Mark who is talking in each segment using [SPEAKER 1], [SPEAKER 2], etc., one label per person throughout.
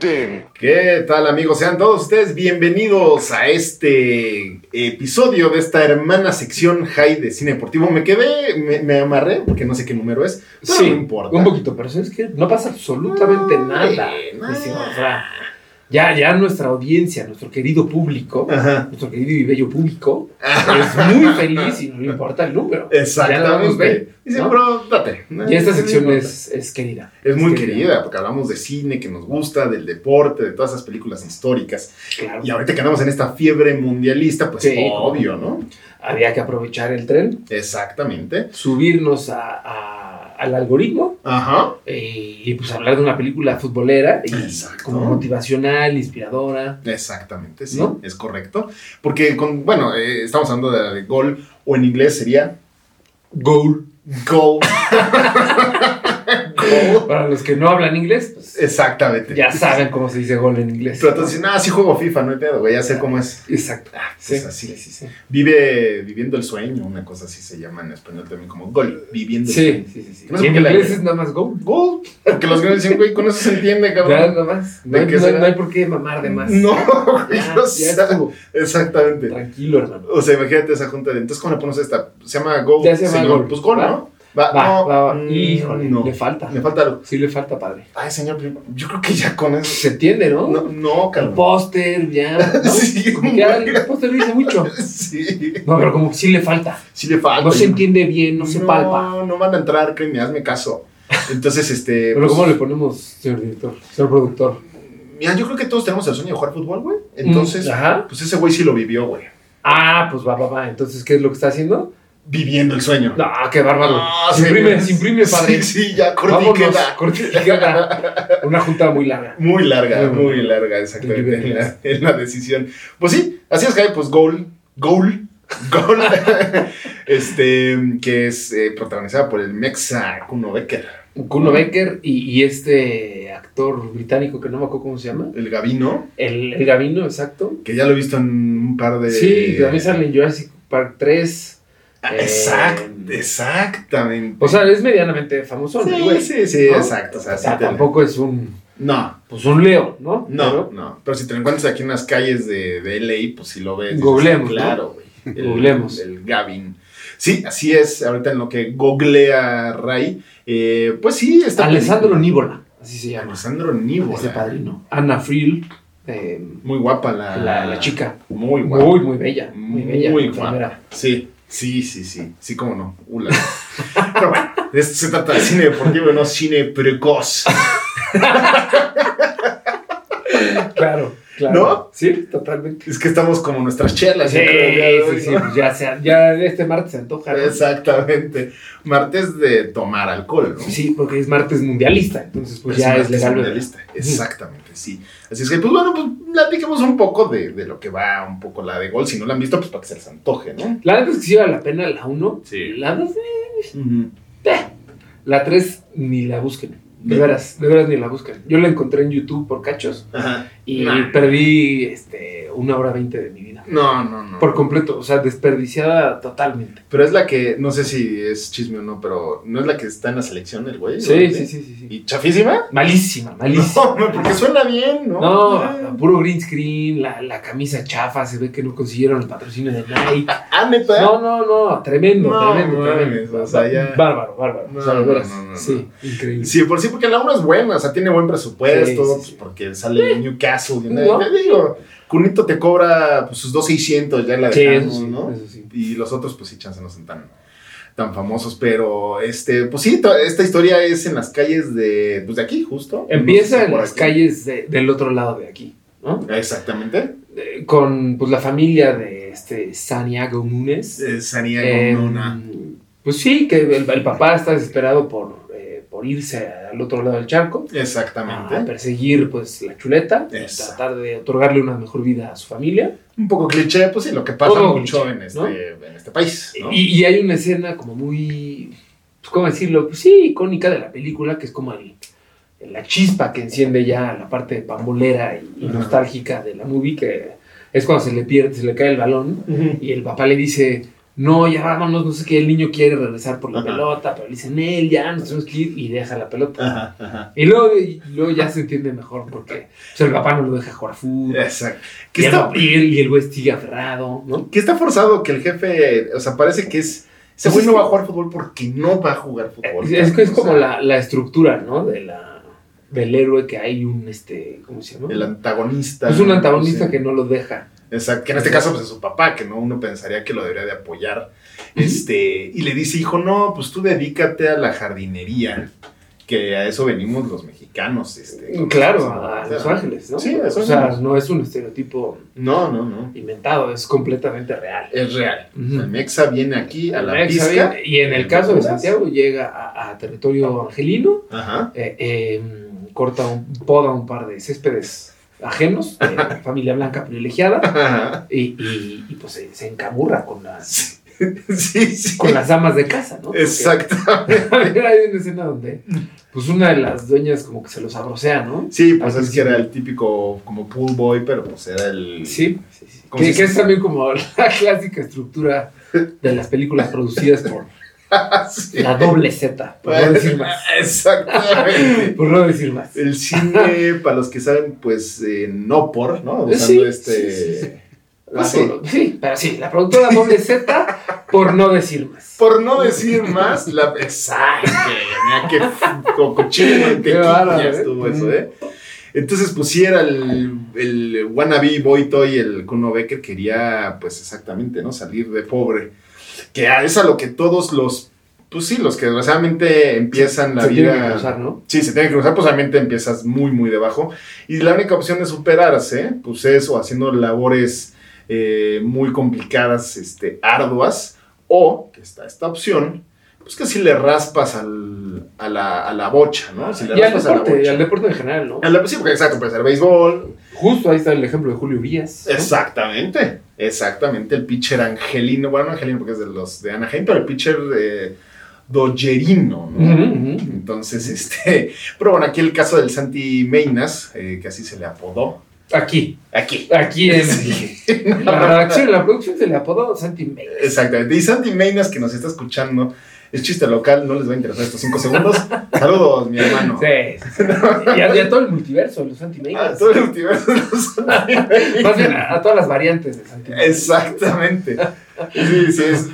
[SPEAKER 1] ding.
[SPEAKER 2] ¿Qué tal amigos? Sean todos ustedes bienvenidos a este episodio de esta hermana sección high de cine deportivo. Me quedé, me, me amarré porque no sé qué número es, pero
[SPEAKER 3] sí,
[SPEAKER 2] no importa.
[SPEAKER 3] un poquito, pero es que no pasa absolutamente
[SPEAKER 2] No,
[SPEAKER 3] nada.
[SPEAKER 2] eh,
[SPEAKER 3] mi
[SPEAKER 2] nada.
[SPEAKER 3] estimado Fra. Ya, ya nuestra audiencia, nuestro querido público,
[SPEAKER 2] Ajá.
[SPEAKER 3] nuestro querido y bello público, es muy feliz y no le importa el número. Ya nada más
[SPEAKER 2] Exactamente.
[SPEAKER 3] ve,
[SPEAKER 2] Dice,
[SPEAKER 3] ¿no?
[SPEAKER 2] bro, date.
[SPEAKER 3] Y esta
[SPEAKER 2] No
[SPEAKER 3] sección
[SPEAKER 2] importa.
[SPEAKER 3] es, es querida.
[SPEAKER 2] Es muy querida porque hablamos de cine que nos gusta, del deporte, de todas esas películas históricas.
[SPEAKER 3] Claro.
[SPEAKER 2] Y ahorita que andamos en esta fiebre mundialista, pues
[SPEAKER 3] Sí.
[SPEAKER 2] obvio, ¿no?
[SPEAKER 3] Había que aprovechar el tren,
[SPEAKER 2] Exactamente.
[SPEAKER 3] subirnos a- a- al algoritmo
[SPEAKER 2] Ajá.
[SPEAKER 3] eh, y pues hablar de una película futbolera y
[SPEAKER 2] Exacto.
[SPEAKER 3] como motivacional, inspiradora.
[SPEAKER 2] Exactamente, sí,
[SPEAKER 3] ¿No?
[SPEAKER 2] es correcto. Porque, con, bueno, eh, estamos hablando de, de gol, o en inglés sería
[SPEAKER 3] Goal.
[SPEAKER 2] goal. Goal.
[SPEAKER 3] Para los que no hablan inglés, pues,
[SPEAKER 2] Exactamente.
[SPEAKER 3] Ya saben cómo se dice gol en inglés.
[SPEAKER 2] este, Pero entonces, nada, sí juego FIFA, no hay pedo, güey, ya sé cómo es.
[SPEAKER 3] Exacto.
[SPEAKER 2] pues Sí,
[SPEAKER 3] Sí, sí, sí, sí.
[SPEAKER 2] Vive viviendo el sueño, una cosa así se llama en español también como gol, viviendo el
[SPEAKER 3] Sí,
[SPEAKER 2] sueño.
[SPEAKER 3] sí, sí, sí.
[SPEAKER 2] No sé por
[SPEAKER 3] Y en
[SPEAKER 2] qué la-
[SPEAKER 3] inglés es nada más gol.
[SPEAKER 2] Gol. Porque los gringos dicen, güey, con eso se entiende,
[SPEAKER 3] Ya,
[SPEAKER 2] cabrón.
[SPEAKER 3] nada más. No,
[SPEAKER 2] ¿De
[SPEAKER 3] hay-
[SPEAKER 2] qué
[SPEAKER 3] no hay-
[SPEAKER 2] será?
[SPEAKER 3] no hay por qué mamar de más.
[SPEAKER 2] No, güey,
[SPEAKER 3] Ya,
[SPEAKER 2] o
[SPEAKER 3] ya
[SPEAKER 2] sea,
[SPEAKER 3] estuvo.
[SPEAKER 2] exactamente.
[SPEAKER 3] Tranquilo, hermano.
[SPEAKER 2] O sea, imagínate esa junta de. Entonces, ¿cómo le ponemos esta? Se llama Go.
[SPEAKER 3] Ya se llama
[SPEAKER 2] señor.
[SPEAKER 3] Go.
[SPEAKER 2] Pues Go,
[SPEAKER 3] Va.
[SPEAKER 2] ¿no? Va,
[SPEAKER 3] Va,
[SPEAKER 2] no,
[SPEAKER 3] va, va.
[SPEAKER 2] mm,
[SPEAKER 3] Híjole,
[SPEAKER 2] no.
[SPEAKER 3] le falta.
[SPEAKER 2] Le falta algo.
[SPEAKER 3] Sí le falta padre.
[SPEAKER 2] Ay, señor, yo creo que ya con eso.
[SPEAKER 3] Se entiende, ¿no?
[SPEAKER 2] No, no,
[SPEAKER 3] El
[SPEAKER 2] cabrón.
[SPEAKER 3] póster, ya. ¿no?
[SPEAKER 2] Sí,
[SPEAKER 3] Como que ya el póster dice mucho.
[SPEAKER 2] Sí.
[SPEAKER 3] No, pero como que sí le falta.
[SPEAKER 2] Sí le falta.
[SPEAKER 3] No se entiende bien, no se palpa.
[SPEAKER 2] No, no van a entrar, créeme, hazme caso. Entonces, este.
[SPEAKER 3] Pero
[SPEAKER 2] pues,
[SPEAKER 3] ¿cómo le ponemos, señor director, señor productor?
[SPEAKER 2] Mira, yo creo que todos tenemos el sueño de jugar fútbol, güey. Entonces,
[SPEAKER 3] Mm, ajá.
[SPEAKER 2] pues ese güey sí lo vivió, güey.
[SPEAKER 3] Ah, pues va, va, va. Entonces, ¿qué es lo que está haciendo?
[SPEAKER 2] Viviendo el sueño.
[SPEAKER 3] No, qué bárbaro.
[SPEAKER 2] Ah,
[SPEAKER 3] se imprime,
[SPEAKER 2] señor.
[SPEAKER 3] se imprime, padre.
[SPEAKER 2] Sí, sí, ya,
[SPEAKER 3] Vámonos,
[SPEAKER 2] cortiqueta.
[SPEAKER 3] cortiqueta. Una junta muy larga.
[SPEAKER 2] Muy larga,
[SPEAKER 3] Muy
[SPEAKER 2] muy larga, exactamente, en la, en la decisión. Pues sí, así es, Jaime, pues Goal, Goal, Goal, este, que es eh, protagonizada por el Mexa Kuno Becker,
[SPEAKER 3] Kuno Becker y, y este actor británico que no me acuerdo cómo se llama.
[SPEAKER 2] el Gavino,
[SPEAKER 3] El, el Gavino, exacto.
[SPEAKER 2] que ya lo he visto en un par de...
[SPEAKER 3] Sí, también sale en Jurassic Park 3.
[SPEAKER 2] Ah,
[SPEAKER 3] eh,
[SPEAKER 2] exact- exactamente.
[SPEAKER 3] O sea, es medianamente famoso. ¿no?
[SPEAKER 2] sí,
[SPEAKER 3] Güey.
[SPEAKER 2] sí, sí,
[SPEAKER 3] ¿no?
[SPEAKER 2] exacto. O sea,
[SPEAKER 3] O
[SPEAKER 2] sí
[SPEAKER 3] sea,
[SPEAKER 2] te-
[SPEAKER 3] tampoco es un,
[SPEAKER 2] No,
[SPEAKER 3] pues un Leo, ¿no?
[SPEAKER 2] no,
[SPEAKER 3] Pero-
[SPEAKER 2] no. Pero si te lo encuentras aquí en las calles de, de LA, pues si lo ves. dices,
[SPEAKER 3] Googleemos,
[SPEAKER 2] sí,
[SPEAKER 3] ¿no?
[SPEAKER 2] Claro, güey. El-
[SPEAKER 3] Googleemos.
[SPEAKER 2] El Gavin. Sí, así es. Ahorita en lo que googlea Ray. eh, pues sí, está.
[SPEAKER 3] Alessandro Este Níbola, así se llama.
[SPEAKER 2] Alessandro
[SPEAKER 3] Ese
[SPEAKER 2] Nívola.
[SPEAKER 3] padrino. Ana Friel, eh,
[SPEAKER 2] Muy guapa la,
[SPEAKER 3] la, la chica.
[SPEAKER 2] Muy guapa.
[SPEAKER 3] Muy, muy bella. Muy, bella.
[SPEAKER 2] Muy
[SPEAKER 3] enfermera.
[SPEAKER 2] guapa. Sí, sí, sí, sí. Sí, cómo no. Ula. Pero bueno, de esto se trata de cine deportivo, no cine precoz.
[SPEAKER 3] Claro, claro.
[SPEAKER 2] ¿No?
[SPEAKER 3] Sí, totalmente.
[SPEAKER 2] Es que estamos como nuestras chelas.
[SPEAKER 3] Sí,
[SPEAKER 2] yo creo, el día de hoy,
[SPEAKER 3] sí, sí,
[SPEAKER 2] ¿no?
[SPEAKER 3] pues ya, se- ya este martes se antoja. ¿no?
[SPEAKER 2] Exactamente. Martes de tomar alcohol, ¿no?
[SPEAKER 3] Sí, porque es martes mundialista, entonces pues ya es
[SPEAKER 2] martes
[SPEAKER 3] legal. ¿verdad?
[SPEAKER 2] mundialista. Exactamente, sí. Así es que, pues bueno, pues platiquemos un poco de, de lo que va un poco la de gol. Si no la han visto, pues para que se les antoje, ¿no?
[SPEAKER 3] La verdad es que sí vale la pena la 1.
[SPEAKER 2] Sí.
[SPEAKER 3] La 2, la 3 ni la busquen. De veras, de veras ni la busquen. Yo la encontré en YouTube por cachos
[SPEAKER 2] Ajá.
[SPEAKER 3] y
[SPEAKER 2] Nah.
[SPEAKER 3] perdí este, una hora veinte de mi vida.
[SPEAKER 2] No, no, no.
[SPEAKER 3] Por completo, o sea, desperdiciada totalmente.
[SPEAKER 2] Pero es la que, no sé si es chisme o no, pero no es la que está en la selección el güey.
[SPEAKER 3] Sí,
[SPEAKER 2] ¿Dónde?
[SPEAKER 3] sí, sí, sí. sí.
[SPEAKER 2] ¿Y chafísima?
[SPEAKER 3] Malísima, malísima.
[SPEAKER 2] No, hombre, porque suena bien, ¿no?
[SPEAKER 3] No,
[SPEAKER 2] Ah,
[SPEAKER 3] puro green screen, la, la camisa chafa, se ve que no consiguieron el patrocinio de Nike.
[SPEAKER 2] Ah, neta.
[SPEAKER 3] No, no, no, tremendo,
[SPEAKER 2] No,
[SPEAKER 3] tremendo,
[SPEAKER 2] mames,
[SPEAKER 3] tremendo.
[SPEAKER 2] o sea, ya-
[SPEAKER 3] Bárbaro, bárbaro.
[SPEAKER 2] No,
[SPEAKER 3] o sea, de
[SPEAKER 2] no,
[SPEAKER 3] veras,
[SPEAKER 2] no, no, no.
[SPEAKER 3] sí, increíble.
[SPEAKER 2] Sí, por sí, porque la 1 es buena, o sea, tiene buen presupuesto,
[SPEAKER 3] Sí, sí,
[SPEAKER 2] pues,
[SPEAKER 3] sí.
[SPEAKER 2] porque sale Newcastle. Y
[SPEAKER 3] ¿No?
[SPEAKER 2] Te digo, Cunito te cobra pues, sus 2,600, ya la
[SPEAKER 3] Sí,
[SPEAKER 2] dejamos,
[SPEAKER 3] eso sí,
[SPEAKER 2] ¿no?
[SPEAKER 3] eso sí.
[SPEAKER 2] Y los otros, pues sí, chance no son tan, tan famosos, pero este, pues sí, to- esta historia es en las calles de, pues de aquí, justo. No sé
[SPEAKER 3] Empieza
[SPEAKER 2] si
[SPEAKER 3] en
[SPEAKER 2] por
[SPEAKER 3] las
[SPEAKER 2] aquí.
[SPEAKER 3] calles de- del otro lado de aquí, ¿no?
[SPEAKER 2] Exactamente.
[SPEAKER 3] Eh, con pues, la familia de este Santiago Múnez.
[SPEAKER 2] Eh, Santiago
[SPEAKER 3] Eh,
[SPEAKER 2] Nona.
[SPEAKER 3] pues sí, que el, el papá está desesperado por, eh, por irse a al otro lado del charco
[SPEAKER 2] Exactamente.
[SPEAKER 3] a perseguir pues la chuleta, y
[SPEAKER 2] Exacto.
[SPEAKER 3] tratar de otorgarle una mejor vida a su familia.
[SPEAKER 2] Un poco cliché, pues sí, lo que pasa
[SPEAKER 3] Todo
[SPEAKER 2] mucho
[SPEAKER 3] cliché,
[SPEAKER 2] en, este,
[SPEAKER 3] ¿no?
[SPEAKER 2] en este país. ¿no?
[SPEAKER 3] Y, y hay una escena como muy, pues, ¿cómo decirlo? Pues sí, icónica de la película, que es como el- la chispa que enciende ya la parte pambolera y, y
[SPEAKER 2] Ajá.
[SPEAKER 3] nostálgica de la movie, que es cuando se le pierde, se le cae el balón
[SPEAKER 2] Ujú.
[SPEAKER 3] y el papá le dice, no, ya vámonos, no sé qué, el niño quiere regresar por la
[SPEAKER 2] Ajá.
[SPEAKER 3] pelota, pero le dicen, él ya, nos tenemos que ir y deja la pelota.
[SPEAKER 2] Ajá, ajá.
[SPEAKER 3] Y luego, y luego ya se entiende mejor porque pues, el papá no lo deja jugar fútbol.
[SPEAKER 2] Exacto.
[SPEAKER 3] Y
[SPEAKER 2] Que
[SPEAKER 3] el,
[SPEAKER 2] está,
[SPEAKER 3] papá- y el- y el güey sigue aferrado, ¿no?
[SPEAKER 2] que está forzado que el jefe, o sea, parece que es. Ese
[SPEAKER 3] Pues
[SPEAKER 2] güey
[SPEAKER 3] es
[SPEAKER 2] no
[SPEAKER 3] que-
[SPEAKER 2] va a jugar fútbol porque no va a jugar fútbol.
[SPEAKER 3] Es, es que es
[SPEAKER 2] cabrón,
[SPEAKER 3] como
[SPEAKER 2] o sea,
[SPEAKER 3] la, la estructura, ¿no? De la, del héroe que hay un, este, ¿cómo se llama?
[SPEAKER 2] El antagonista.
[SPEAKER 3] es un antagonista que
[SPEAKER 2] no.
[SPEAKER 3] no lo deja.
[SPEAKER 2] Exacto, que en este caso pues es su papá, que no uno pensaría que lo debería de apoyar. Este, y le dice, hijo, no, pues tú dedícate a la jardinería, que a eso venimos los mexicanos, este. con
[SPEAKER 3] Mm, Claro,
[SPEAKER 2] nosotros,
[SPEAKER 3] a
[SPEAKER 2] ¿no? O
[SPEAKER 3] Los
[SPEAKER 2] sea,
[SPEAKER 3] Ángeles, ¿no?
[SPEAKER 2] Sí, a Los
[SPEAKER 3] O sea,
[SPEAKER 2] Ángeles.
[SPEAKER 3] no es un estereotipo
[SPEAKER 2] No, no, no.
[SPEAKER 3] inventado, es completamente real.
[SPEAKER 2] Es real.
[SPEAKER 3] Ujú.
[SPEAKER 2] El Mexa viene aquí a la
[SPEAKER 3] Mexa
[SPEAKER 2] pizca.
[SPEAKER 3] viene- Y en el caso de Santiago llega a, a territorio angelino,
[SPEAKER 2] Ajá.
[SPEAKER 3] eh, eh, corta un, poda un par de céspedes ajenos, de la familia blanca privilegiada,
[SPEAKER 2] Ajá.
[SPEAKER 3] y, y- y, pues se, se encaburra con las,
[SPEAKER 2] Sí, sí. sí.
[SPEAKER 3] con las damas de casa, ¿no?
[SPEAKER 2] Exacto.
[SPEAKER 3] Porque hay una escena donde, pues una de las dueñas como que se los abrocea, ¿no?
[SPEAKER 2] Sí, pues es que
[SPEAKER 3] sí.
[SPEAKER 2] era el típico como pool boy, pero pues era el...
[SPEAKER 3] Sí, sí, sí.
[SPEAKER 2] ¿Cómo
[SPEAKER 3] Que,
[SPEAKER 2] se
[SPEAKER 3] que
[SPEAKER 2] dice?
[SPEAKER 3] es también como la clásica estructura de las películas producidas por
[SPEAKER 2] Sí.
[SPEAKER 3] la doble Z, por no decir más.
[SPEAKER 2] Exactamente.
[SPEAKER 3] Por no decir más.
[SPEAKER 2] El cine, para los que saben, pues eh, no por, ¿no? Usando
[SPEAKER 3] Sí,
[SPEAKER 2] este.
[SPEAKER 3] sí, sí, sí. La
[SPEAKER 2] pues, sí.
[SPEAKER 3] produ- sí, pero sí, la productora doble Z, por no decir más.
[SPEAKER 2] Por no decir más, la. Exacto. Mira qué f- co- cochino y mantequilla
[SPEAKER 3] bárbaro, ¿eh?
[SPEAKER 2] estuvo eso, ¿eh? Entonces, pues sí era el, el wannabe boy toy, el Kuno Becker quería, pues exactamente, ¿no? Salir de pobre. Que a- es a lo que todos los. Pues sí, los que desgraciadamente empiezan la
[SPEAKER 3] Se
[SPEAKER 2] vida.
[SPEAKER 3] tiene que cruzar, ¿no?
[SPEAKER 2] Sí, se tiene que cruzar, pues obviamente empiezas muy, muy debajo. Y la única opción de superarse, pues es o haciendo labores eh, muy complicadas, este, arduas, o, que está esta opción, pues que si le raspas al, a, la, a la bocha, ¿no? Si le
[SPEAKER 3] Y al
[SPEAKER 2] raspas a la
[SPEAKER 3] deporte, y
[SPEAKER 2] bocha.
[SPEAKER 3] al deporte en general, ¿no?
[SPEAKER 2] A la- sí, porque exacto, puede ser béisbol.
[SPEAKER 3] Justo ahí está el ejemplo de Julio Urias. ¿no?
[SPEAKER 2] Exactamente, exactamente. El pitcher angelino, bueno, no angelino porque es de los de Anaheim, pero el pitcher eh, doyerino, ¿no?
[SPEAKER 3] Ujú, ujú.
[SPEAKER 2] Entonces, este. Pero bueno, aquí el caso del Santi Meinas, eh, que así se le apodó.
[SPEAKER 3] Aquí,
[SPEAKER 2] Aquí.
[SPEAKER 3] aquí en
[SPEAKER 2] Sí.
[SPEAKER 3] la redacción, la producción se le apodó Santi Mel.
[SPEAKER 2] Exactamente. Y Santi Meinas, que nos está escuchando, es chiste local, no les va a interesar estos cinco segundos. Saludos, mi hermano.
[SPEAKER 3] Sí, sí, sí. Y, a, y a todo el multiverso, los Santi
[SPEAKER 2] A
[SPEAKER 3] Meinas.
[SPEAKER 2] todo el multiverso de los Santi Meinas.
[SPEAKER 3] Más bien a, a todas las variantes de Santi Meinas.
[SPEAKER 2] Exactamente. Sí, sí, es.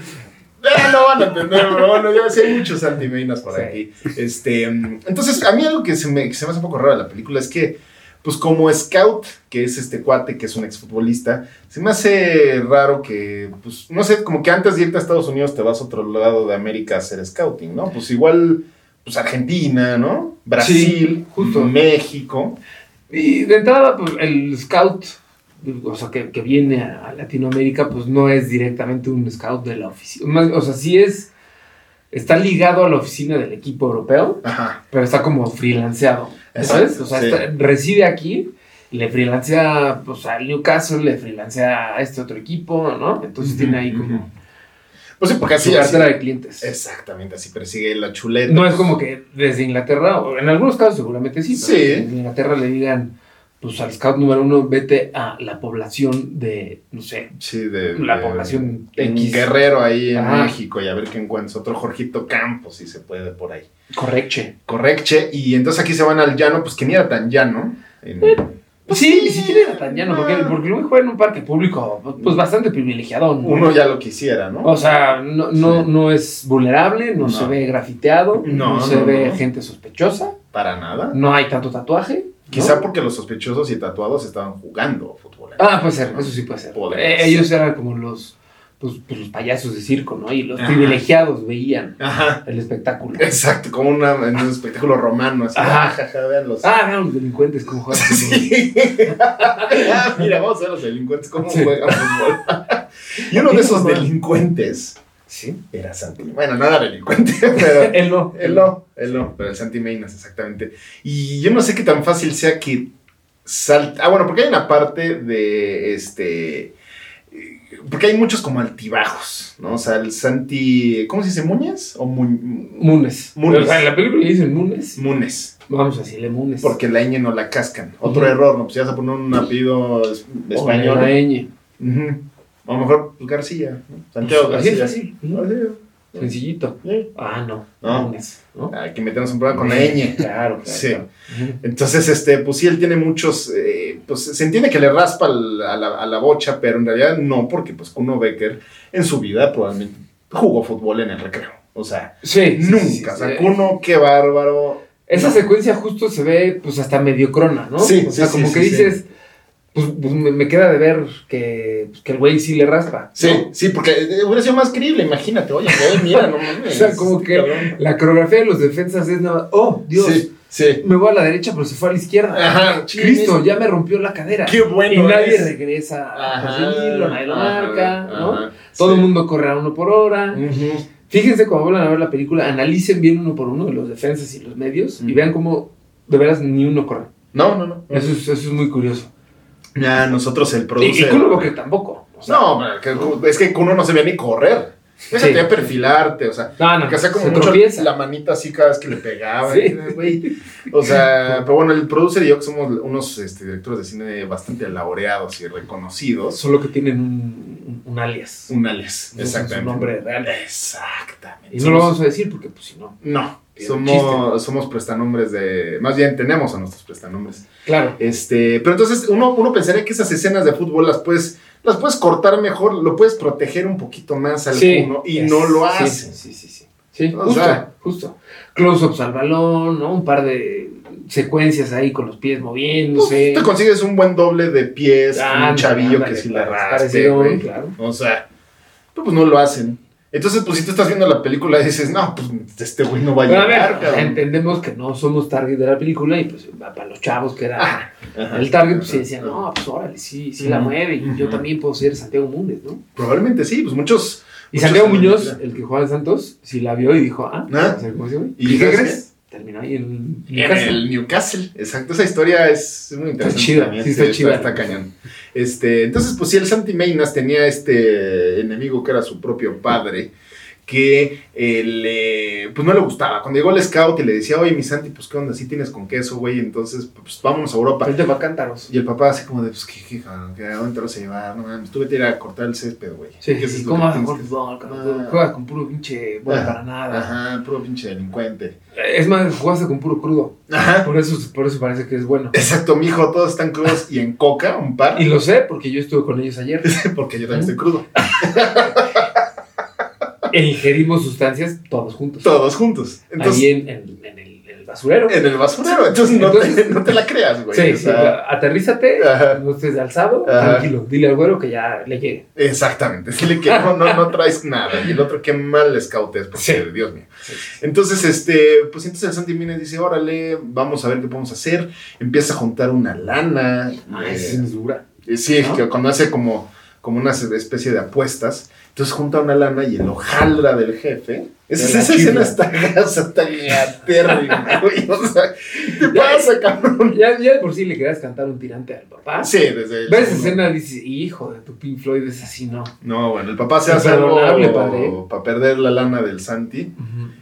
[SPEAKER 2] Eh, no van a entender, pero bueno, yo sí hay muchos antimeinas por
[SPEAKER 3] Sí.
[SPEAKER 2] aquí. Este, mm, entonces, a mí algo que se, me, que se me hace un poco raro de la película es que, pues como Scout, que es este cuate, que es un exfutbolista, se me hace raro que, pues, no sé, como que antes de irte a Estados Unidos te vas a otro lado de América a hacer scouting, ¿no? Pues igual, pues Argentina, ¿no? Brasil,
[SPEAKER 3] Sí, justo.
[SPEAKER 2] México.
[SPEAKER 3] Y de entrada, pues el scout, o sea, que, que viene a Latinoamérica, pues no es directamente un scout de la oficina. Más- O sea, sí es. Está ligado a la oficina del equipo europeo,
[SPEAKER 2] Ajá.
[SPEAKER 3] pero está como freelanceado. ¿Sabes?
[SPEAKER 2] Exacto,
[SPEAKER 3] O sea,
[SPEAKER 2] sí.
[SPEAKER 3] está- reside aquí, le freelancea pues, al Newcastle, le freelancea a este otro equipo, ¿no? Entonces tiene ahí como
[SPEAKER 2] Ujú. Pues sí, porque
[SPEAKER 3] su
[SPEAKER 2] así, así
[SPEAKER 3] cartera de clientes.
[SPEAKER 2] Exactamente, así persigue la chuleta.
[SPEAKER 3] No es como que desde Inglaterra, o en algunos casos seguramente sí, pero
[SPEAKER 2] Sí.
[SPEAKER 3] que en Inglaterra le digan, pues al scout número uno, vete a la población de, no sé,
[SPEAKER 2] Sí, de.
[SPEAKER 3] la
[SPEAKER 2] de-
[SPEAKER 3] población
[SPEAKER 2] En
[SPEAKER 3] X.
[SPEAKER 2] Guerrero, ahí en
[SPEAKER 3] Ajá.
[SPEAKER 2] México, y a ver qué encuentras. Otro Jorgito Campos, si se puede por ahí.
[SPEAKER 3] Correcche.
[SPEAKER 2] Correcche. Y entonces aquí se van al llano, pues que ni era tan llano. En-
[SPEAKER 3] Pues
[SPEAKER 2] Pues
[SPEAKER 3] sí,
[SPEAKER 2] sí,
[SPEAKER 3] ni siquiera era tan llano, porque,
[SPEAKER 2] ah.
[SPEAKER 3] porque luego juega en un parque público, pues bastante privilegiado. ¿no?
[SPEAKER 2] Uno ya lo quisiera, ¿no?
[SPEAKER 3] O sea, no, no,
[SPEAKER 2] Sí.
[SPEAKER 3] no es vulnerable, no,
[SPEAKER 2] No.
[SPEAKER 3] se ve grafiteado, no,
[SPEAKER 2] No,
[SPEAKER 3] se
[SPEAKER 2] no,
[SPEAKER 3] ve
[SPEAKER 2] no.
[SPEAKER 3] gente sospechosa,
[SPEAKER 2] Para nada.
[SPEAKER 3] no hay tanto tatuaje. ¿no?
[SPEAKER 2] Quizá porque los sospechosos y tatuados estaban jugando fútbol.
[SPEAKER 3] Ah, puede ser, eso sí puede ser.
[SPEAKER 2] Podría
[SPEAKER 3] Eh,
[SPEAKER 2] ser.
[SPEAKER 3] ellos eran como los, pues, pues, los payasos de circo, ¿no? Y los
[SPEAKER 2] Ajá.
[SPEAKER 3] privilegiados veían
[SPEAKER 2] Ajá.
[SPEAKER 3] el espectáculo.
[SPEAKER 2] Exacto, como una, en un espectáculo romano. Así,
[SPEAKER 3] Ajá.
[SPEAKER 2] ah, jaja, vean los.
[SPEAKER 3] Ah, vean los delincuentes cómo juegan.
[SPEAKER 2] Sí. Ah, Mira, vamos a ver los delincuentes cómo
[SPEAKER 3] Sí.
[SPEAKER 2] juegan fútbol. y uno de esos delincuentes
[SPEAKER 3] Sí.
[SPEAKER 2] Era Santi. Bueno, no era delincuente, pero.
[SPEAKER 3] Él no.
[SPEAKER 2] Él no, él no, pero el Santi Meinas, exactamente. Y yo no sé qué tan fácil sea que salta. Ah, bueno, porque hay una parte de este. eh, Porque hay muchos como altibajos, ¿no? O sea, el Santi. ¿Cómo se dice? ¿Muñez? ¿O Mu-
[SPEAKER 3] Munes.
[SPEAKER 2] Munes.
[SPEAKER 3] O sea, en la película le dicen Munes.
[SPEAKER 2] Munes?
[SPEAKER 3] Vamos a decirle Munes.
[SPEAKER 2] Porque la ñ no la cascan. Otro
[SPEAKER 3] Ujú.
[SPEAKER 2] error, ¿no? Pues ya vas a poner un apellido es-
[SPEAKER 3] O la
[SPEAKER 2] español.
[SPEAKER 3] ñ.
[SPEAKER 2] Ujú. A lo mejor pues, García. ¿no? Santiago
[SPEAKER 3] Así
[SPEAKER 2] García.
[SPEAKER 3] es fácil. Ujú.
[SPEAKER 2] García,
[SPEAKER 3] Sencillito.
[SPEAKER 2] sí.
[SPEAKER 3] Ah, no.
[SPEAKER 2] No.
[SPEAKER 3] Munes. ¿no?
[SPEAKER 2] Hay que meternos un problema con la ñ.
[SPEAKER 3] Claro, claro.
[SPEAKER 2] Sí.
[SPEAKER 3] claro. Ujú.
[SPEAKER 2] Entonces, este, pues sí, él tiene muchos. eh, pues se entiende que le raspa al- a la, a la bocha, pero en realidad no, porque pues Kuno Becker en su vida probablemente jugó fútbol en el recreo. O sea,
[SPEAKER 3] Sí. sí,
[SPEAKER 2] nunca.
[SPEAKER 3] sí, sí,
[SPEAKER 2] o sea,
[SPEAKER 3] sí.
[SPEAKER 2] Kuno, qué bárbaro.
[SPEAKER 3] Esa secuencia justo se ve, pues, hasta mediocrona, ¿no?
[SPEAKER 2] Sí,
[SPEAKER 3] O sea,
[SPEAKER 2] sí,
[SPEAKER 3] como
[SPEAKER 2] sí,
[SPEAKER 3] que
[SPEAKER 2] sí,
[SPEAKER 3] dices, pues, pues, me, me queda de ver que, pues, que el güey sí le raspa.
[SPEAKER 2] Sí,
[SPEAKER 3] ¿no?
[SPEAKER 2] sí, porque eh, hubiera sido más creíble, imagínate, oye, güey, mira, no mames.
[SPEAKER 3] O sea, como que
[SPEAKER 2] cabrón.
[SPEAKER 3] la coreografía de los defensas es nada más, oh, Dios,
[SPEAKER 2] Sí, sí.
[SPEAKER 3] me voy a la derecha, pero se fue a la izquierda.
[SPEAKER 2] Ajá,
[SPEAKER 3] Cristo,
[SPEAKER 2] chin,
[SPEAKER 3] ya me rompió la cadera.
[SPEAKER 2] Qué bueno
[SPEAKER 3] Y nadie
[SPEAKER 2] es.
[SPEAKER 3] regresa a
[SPEAKER 2] Ajá,
[SPEAKER 3] perseguirlo, nadie lo
[SPEAKER 2] ajá,
[SPEAKER 3] marca,
[SPEAKER 2] ajá,
[SPEAKER 3] ¿no?
[SPEAKER 2] sí. Mm.
[SPEAKER 3] Todo el mundo corre a uno por hora.
[SPEAKER 2] Ujú.
[SPEAKER 3] Fíjense cuando vuelvan a ver la película, analicen bien uno por uno los defensas y los medios
[SPEAKER 2] Mm.
[SPEAKER 3] y vean cómo de veras ni uno corre.
[SPEAKER 2] No, no, no.
[SPEAKER 3] Eso es, eso es muy curioso.
[SPEAKER 2] Ya, nosotros el
[SPEAKER 3] Y, y
[SPEAKER 2] producer.
[SPEAKER 3] Kuno Becker tampoco. O sea,
[SPEAKER 2] No, pero que- es que Kuno no se veía ni correr. Déjate
[SPEAKER 3] Sí.
[SPEAKER 2] ya perfilarte, o sea.
[SPEAKER 3] no, no,
[SPEAKER 2] Porque hacía como
[SPEAKER 3] se
[SPEAKER 2] mucho
[SPEAKER 3] tropieza.
[SPEAKER 2] la manita así cada vez que le pegaba.
[SPEAKER 3] Sí.
[SPEAKER 2] eh, güey. O sea, pero bueno, el producer y yo que somos unos este, directores de cine bastante laureados y reconocidos.
[SPEAKER 3] Solo que tienen un, un alias.
[SPEAKER 2] Un alias,
[SPEAKER 3] No
[SPEAKER 2] exactamente.
[SPEAKER 3] es un nombre real.
[SPEAKER 2] Exactamente.
[SPEAKER 3] Y no lo vamos a decir porque, pues, si no.
[SPEAKER 2] No,
[SPEAKER 3] Tiene
[SPEAKER 2] somos, somos prestanombres de. Más bien tenemos a nuestros prestanombres.
[SPEAKER 3] Claro.
[SPEAKER 2] Este, pero entonces uno, uno pensaría que esas escenas de fútbol las puedes, las puedes cortar mejor, lo puedes proteger un poquito más al uno y
[SPEAKER 3] es-
[SPEAKER 2] no lo
[SPEAKER 3] sí,
[SPEAKER 2] hace.
[SPEAKER 3] Sí, sí, sí. Sí,
[SPEAKER 2] O
[SPEAKER 3] justo,
[SPEAKER 2] sea.
[SPEAKER 3] justo. Close-ups al balón, ¿no? Un par de secuencias ahí con los pies
[SPEAKER 2] Pues,
[SPEAKER 3] moviéndose.
[SPEAKER 2] Te consigues un buen doble de pies, con un
[SPEAKER 3] Ándale,
[SPEAKER 2] chavillo
[SPEAKER 3] ándale,
[SPEAKER 2] que sí la raspe,
[SPEAKER 3] parecido,
[SPEAKER 2] güey.
[SPEAKER 3] claro.
[SPEAKER 2] O sea, pero pues no lo hacen. Entonces, pues si tú estás viendo la película y dices, no, pues este güey no va a
[SPEAKER 3] Pero a ver,
[SPEAKER 2] llegar,
[SPEAKER 3] o sea,
[SPEAKER 2] cabrón".
[SPEAKER 3] entendemos que no somos target de la película y pues para los chavos que era
[SPEAKER 2] Ajá, ajá,
[SPEAKER 3] el target, pues
[SPEAKER 2] Ah, ajá,
[SPEAKER 3] sí decían,
[SPEAKER 2] ajá.
[SPEAKER 3] no, pues órale, sí, sí la
[SPEAKER 2] Ujú,
[SPEAKER 3] mueve y yo
[SPEAKER 2] ujú.
[SPEAKER 3] también puedo ser Santiago Muñoz, ¿no?
[SPEAKER 2] Probablemente sí, pues muchos.
[SPEAKER 3] Y
[SPEAKER 2] muchos
[SPEAKER 3] Santiago
[SPEAKER 2] se lo
[SPEAKER 3] Muñoz,
[SPEAKER 2] imaginan.
[SPEAKER 3] el que juega en Santos, sí la vio y dijo, ah,
[SPEAKER 2] Ah.
[SPEAKER 3] o sea, ¿cómo se llama?
[SPEAKER 2] ¿Y
[SPEAKER 3] ¿Y, qué
[SPEAKER 2] sabes
[SPEAKER 3] crees? Terminó ahí en
[SPEAKER 2] En el Newcastle, exacto. Esa historia es muy interesante.
[SPEAKER 3] chida,
[SPEAKER 2] también,
[SPEAKER 3] sí está chida.
[SPEAKER 2] Está cañón. Este, entonces, pues sí, el Santi Meinas tenía este enemigo que era su propio padre, que eh, le, pues no le gustaba. Cuando llegó el scout y le decía, oye, mi Santi, pues qué onda, si tienes con queso, güey, entonces, pues vámonos a Europa.
[SPEAKER 3] Frente para Cántaros.
[SPEAKER 2] Y el papá así como de, pues qué, qué, cabrón, que a dónde te vas a llevar, no mames, tú vete a ir a cortar el césped, güey.
[SPEAKER 3] Sí,
[SPEAKER 2] Que eso
[SPEAKER 3] sí,
[SPEAKER 2] es
[SPEAKER 3] sí,
[SPEAKER 2] lo
[SPEAKER 3] ¿cómo
[SPEAKER 2] que
[SPEAKER 3] vas a
[SPEAKER 2] tienes
[SPEAKER 3] jugar
[SPEAKER 2] que
[SPEAKER 3] fútbol, cabrón?
[SPEAKER 2] Ah.
[SPEAKER 3] Juegas con puro pinche bueno
[SPEAKER 2] Ah,
[SPEAKER 3] para nada.
[SPEAKER 2] Ajá, puro pinche delincuente.
[SPEAKER 3] Es más, jugaste con puro crudo.
[SPEAKER 2] Ajá.
[SPEAKER 3] Por eso, por eso parece que es bueno.
[SPEAKER 2] Exacto, mijo, todos están crudos y en coca, un par.
[SPEAKER 3] Y lo sé porque yo estuve con ellos ayer.
[SPEAKER 2] Porque yo también estoy crudo.
[SPEAKER 3] Ah. E ingerimos sustancias todos juntos.
[SPEAKER 2] Todos juntos. Entonces,
[SPEAKER 3] ahí en, en- en el, en el basurero.
[SPEAKER 2] en el basurero. Entonces, no,
[SPEAKER 3] Entonces-
[SPEAKER 2] te, no te la creas, güey.
[SPEAKER 3] sí,
[SPEAKER 2] O
[SPEAKER 3] sí,
[SPEAKER 2] sea,
[SPEAKER 3] claro. aterrízate,
[SPEAKER 2] Ajá.
[SPEAKER 3] no estés de alzado,
[SPEAKER 2] Ajá.
[SPEAKER 3] tranquilo, dile al güero que ya le llegue.
[SPEAKER 2] Exactamente. Dile que no, no, no traes nada. Y el otro, qué mal scout es. Porque,
[SPEAKER 3] Sí.
[SPEAKER 2] Dios mío. Entonces, este, pues entonces el Santi Mina dice, órale, vamos a ver qué podemos hacer. Empieza a juntar una lana.
[SPEAKER 3] Ah,
[SPEAKER 2] eh,
[SPEAKER 3] esa es dura.
[SPEAKER 2] Eh, Sí,
[SPEAKER 3] ¿No?
[SPEAKER 2] que cuando hace como, como una especie de apuestas, entonces junta una lana y el hojaldra del jefe. Esa,
[SPEAKER 3] De la
[SPEAKER 2] esa escena
[SPEAKER 3] chifla.
[SPEAKER 2] está hasta terrible, güey. O sea, ¿qué te pasa, cabrón?
[SPEAKER 3] Ya, ya de por sí le querías cantar un tirante al papá.
[SPEAKER 2] Sí, desde el
[SPEAKER 3] Ves esa
[SPEAKER 2] segundo.
[SPEAKER 3] escena y dices, hijo de tu Pink Floyd es así, no.
[SPEAKER 2] No, bueno, el papá se hace
[SPEAKER 3] Imperdonable,
[SPEAKER 2] algo
[SPEAKER 3] padre.
[SPEAKER 2] para perder la lana del Santi.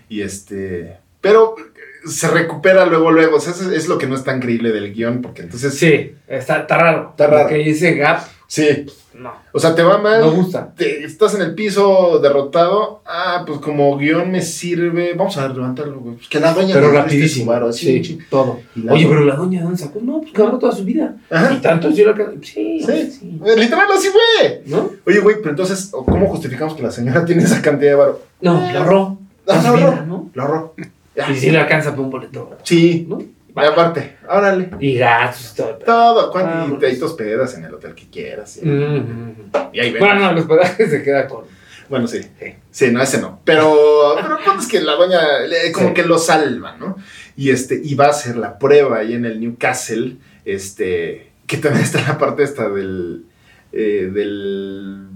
[SPEAKER 2] Y este. Pero eh, se recupera luego, luego. O sea, eso es lo que no es tan creíble del guión, porque entonces.
[SPEAKER 3] Sí, está, está raro.
[SPEAKER 2] Está raro.
[SPEAKER 3] Porque ese gap,
[SPEAKER 2] Sí.
[SPEAKER 3] no,
[SPEAKER 2] O sea, te va mal.
[SPEAKER 3] no gusta.
[SPEAKER 2] te- estás en el piso derrotado. Ah, pues como guión me sirve. Vamos a levantarlo, güey. Pues que la doña
[SPEAKER 3] Pero
[SPEAKER 2] nos preste
[SPEAKER 3] rapidísimo.
[SPEAKER 2] su varo,
[SPEAKER 3] sí,
[SPEAKER 2] así, ching.
[SPEAKER 3] todo.
[SPEAKER 2] Y la-
[SPEAKER 3] Oye, pero la doña de danza, pues no, pues cabrón toda su vida.
[SPEAKER 2] Ajá.
[SPEAKER 3] Y tanto yo la can- Sí,
[SPEAKER 2] Sí,
[SPEAKER 3] sí.
[SPEAKER 2] Eh, Literal, así, güey.
[SPEAKER 3] ¿No?
[SPEAKER 2] Oye, güey, pero entonces, ¿o ¿cómo justificamos que la señora tiene esa cantidad de varo?
[SPEAKER 3] No,
[SPEAKER 2] Eh,
[SPEAKER 3] la ahorró.
[SPEAKER 2] Ah,
[SPEAKER 3] Toda
[SPEAKER 2] la
[SPEAKER 3] su
[SPEAKER 2] ahorró.
[SPEAKER 3] vida, ¿no?
[SPEAKER 2] Lo ahorró. Ya.
[SPEAKER 3] Y si le alcanza para un boleto,
[SPEAKER 2] Sí.
[SPEAKER 3] ¿no?
[SPEAKER 2] Y aparte, órale.
[SPEAKER 3] Y gastos, todo.
[SPEAKER 2] Todo, ¿cuánto?
[SPEAKER 3] Ah,
[SPEAKER 2] y
[SPEAKER 3] bueno.
[SPEAKER 2] te ahí te hospedas en el hotel que quieras. Y,
[SPEAKER 3] Mm. Bueno,
[SPEAKER 2] y ahí ven.
[SPEAKER 3] no, el hospedaje se queda con.
[SPEAKER 2] Bueno, sí.
[SPEAKER 3] Sí.
[SPEAKER 2] Sí, no, ese no. Pero, pero el punto es que la doña le- como
[SPEAKER 3] Sí.
[SPEAKER 2] que lo salva, ¿no? Y este, y va a hacer la prueba ahí en el Newcastle, este, que también está en la parte esta del, eh, del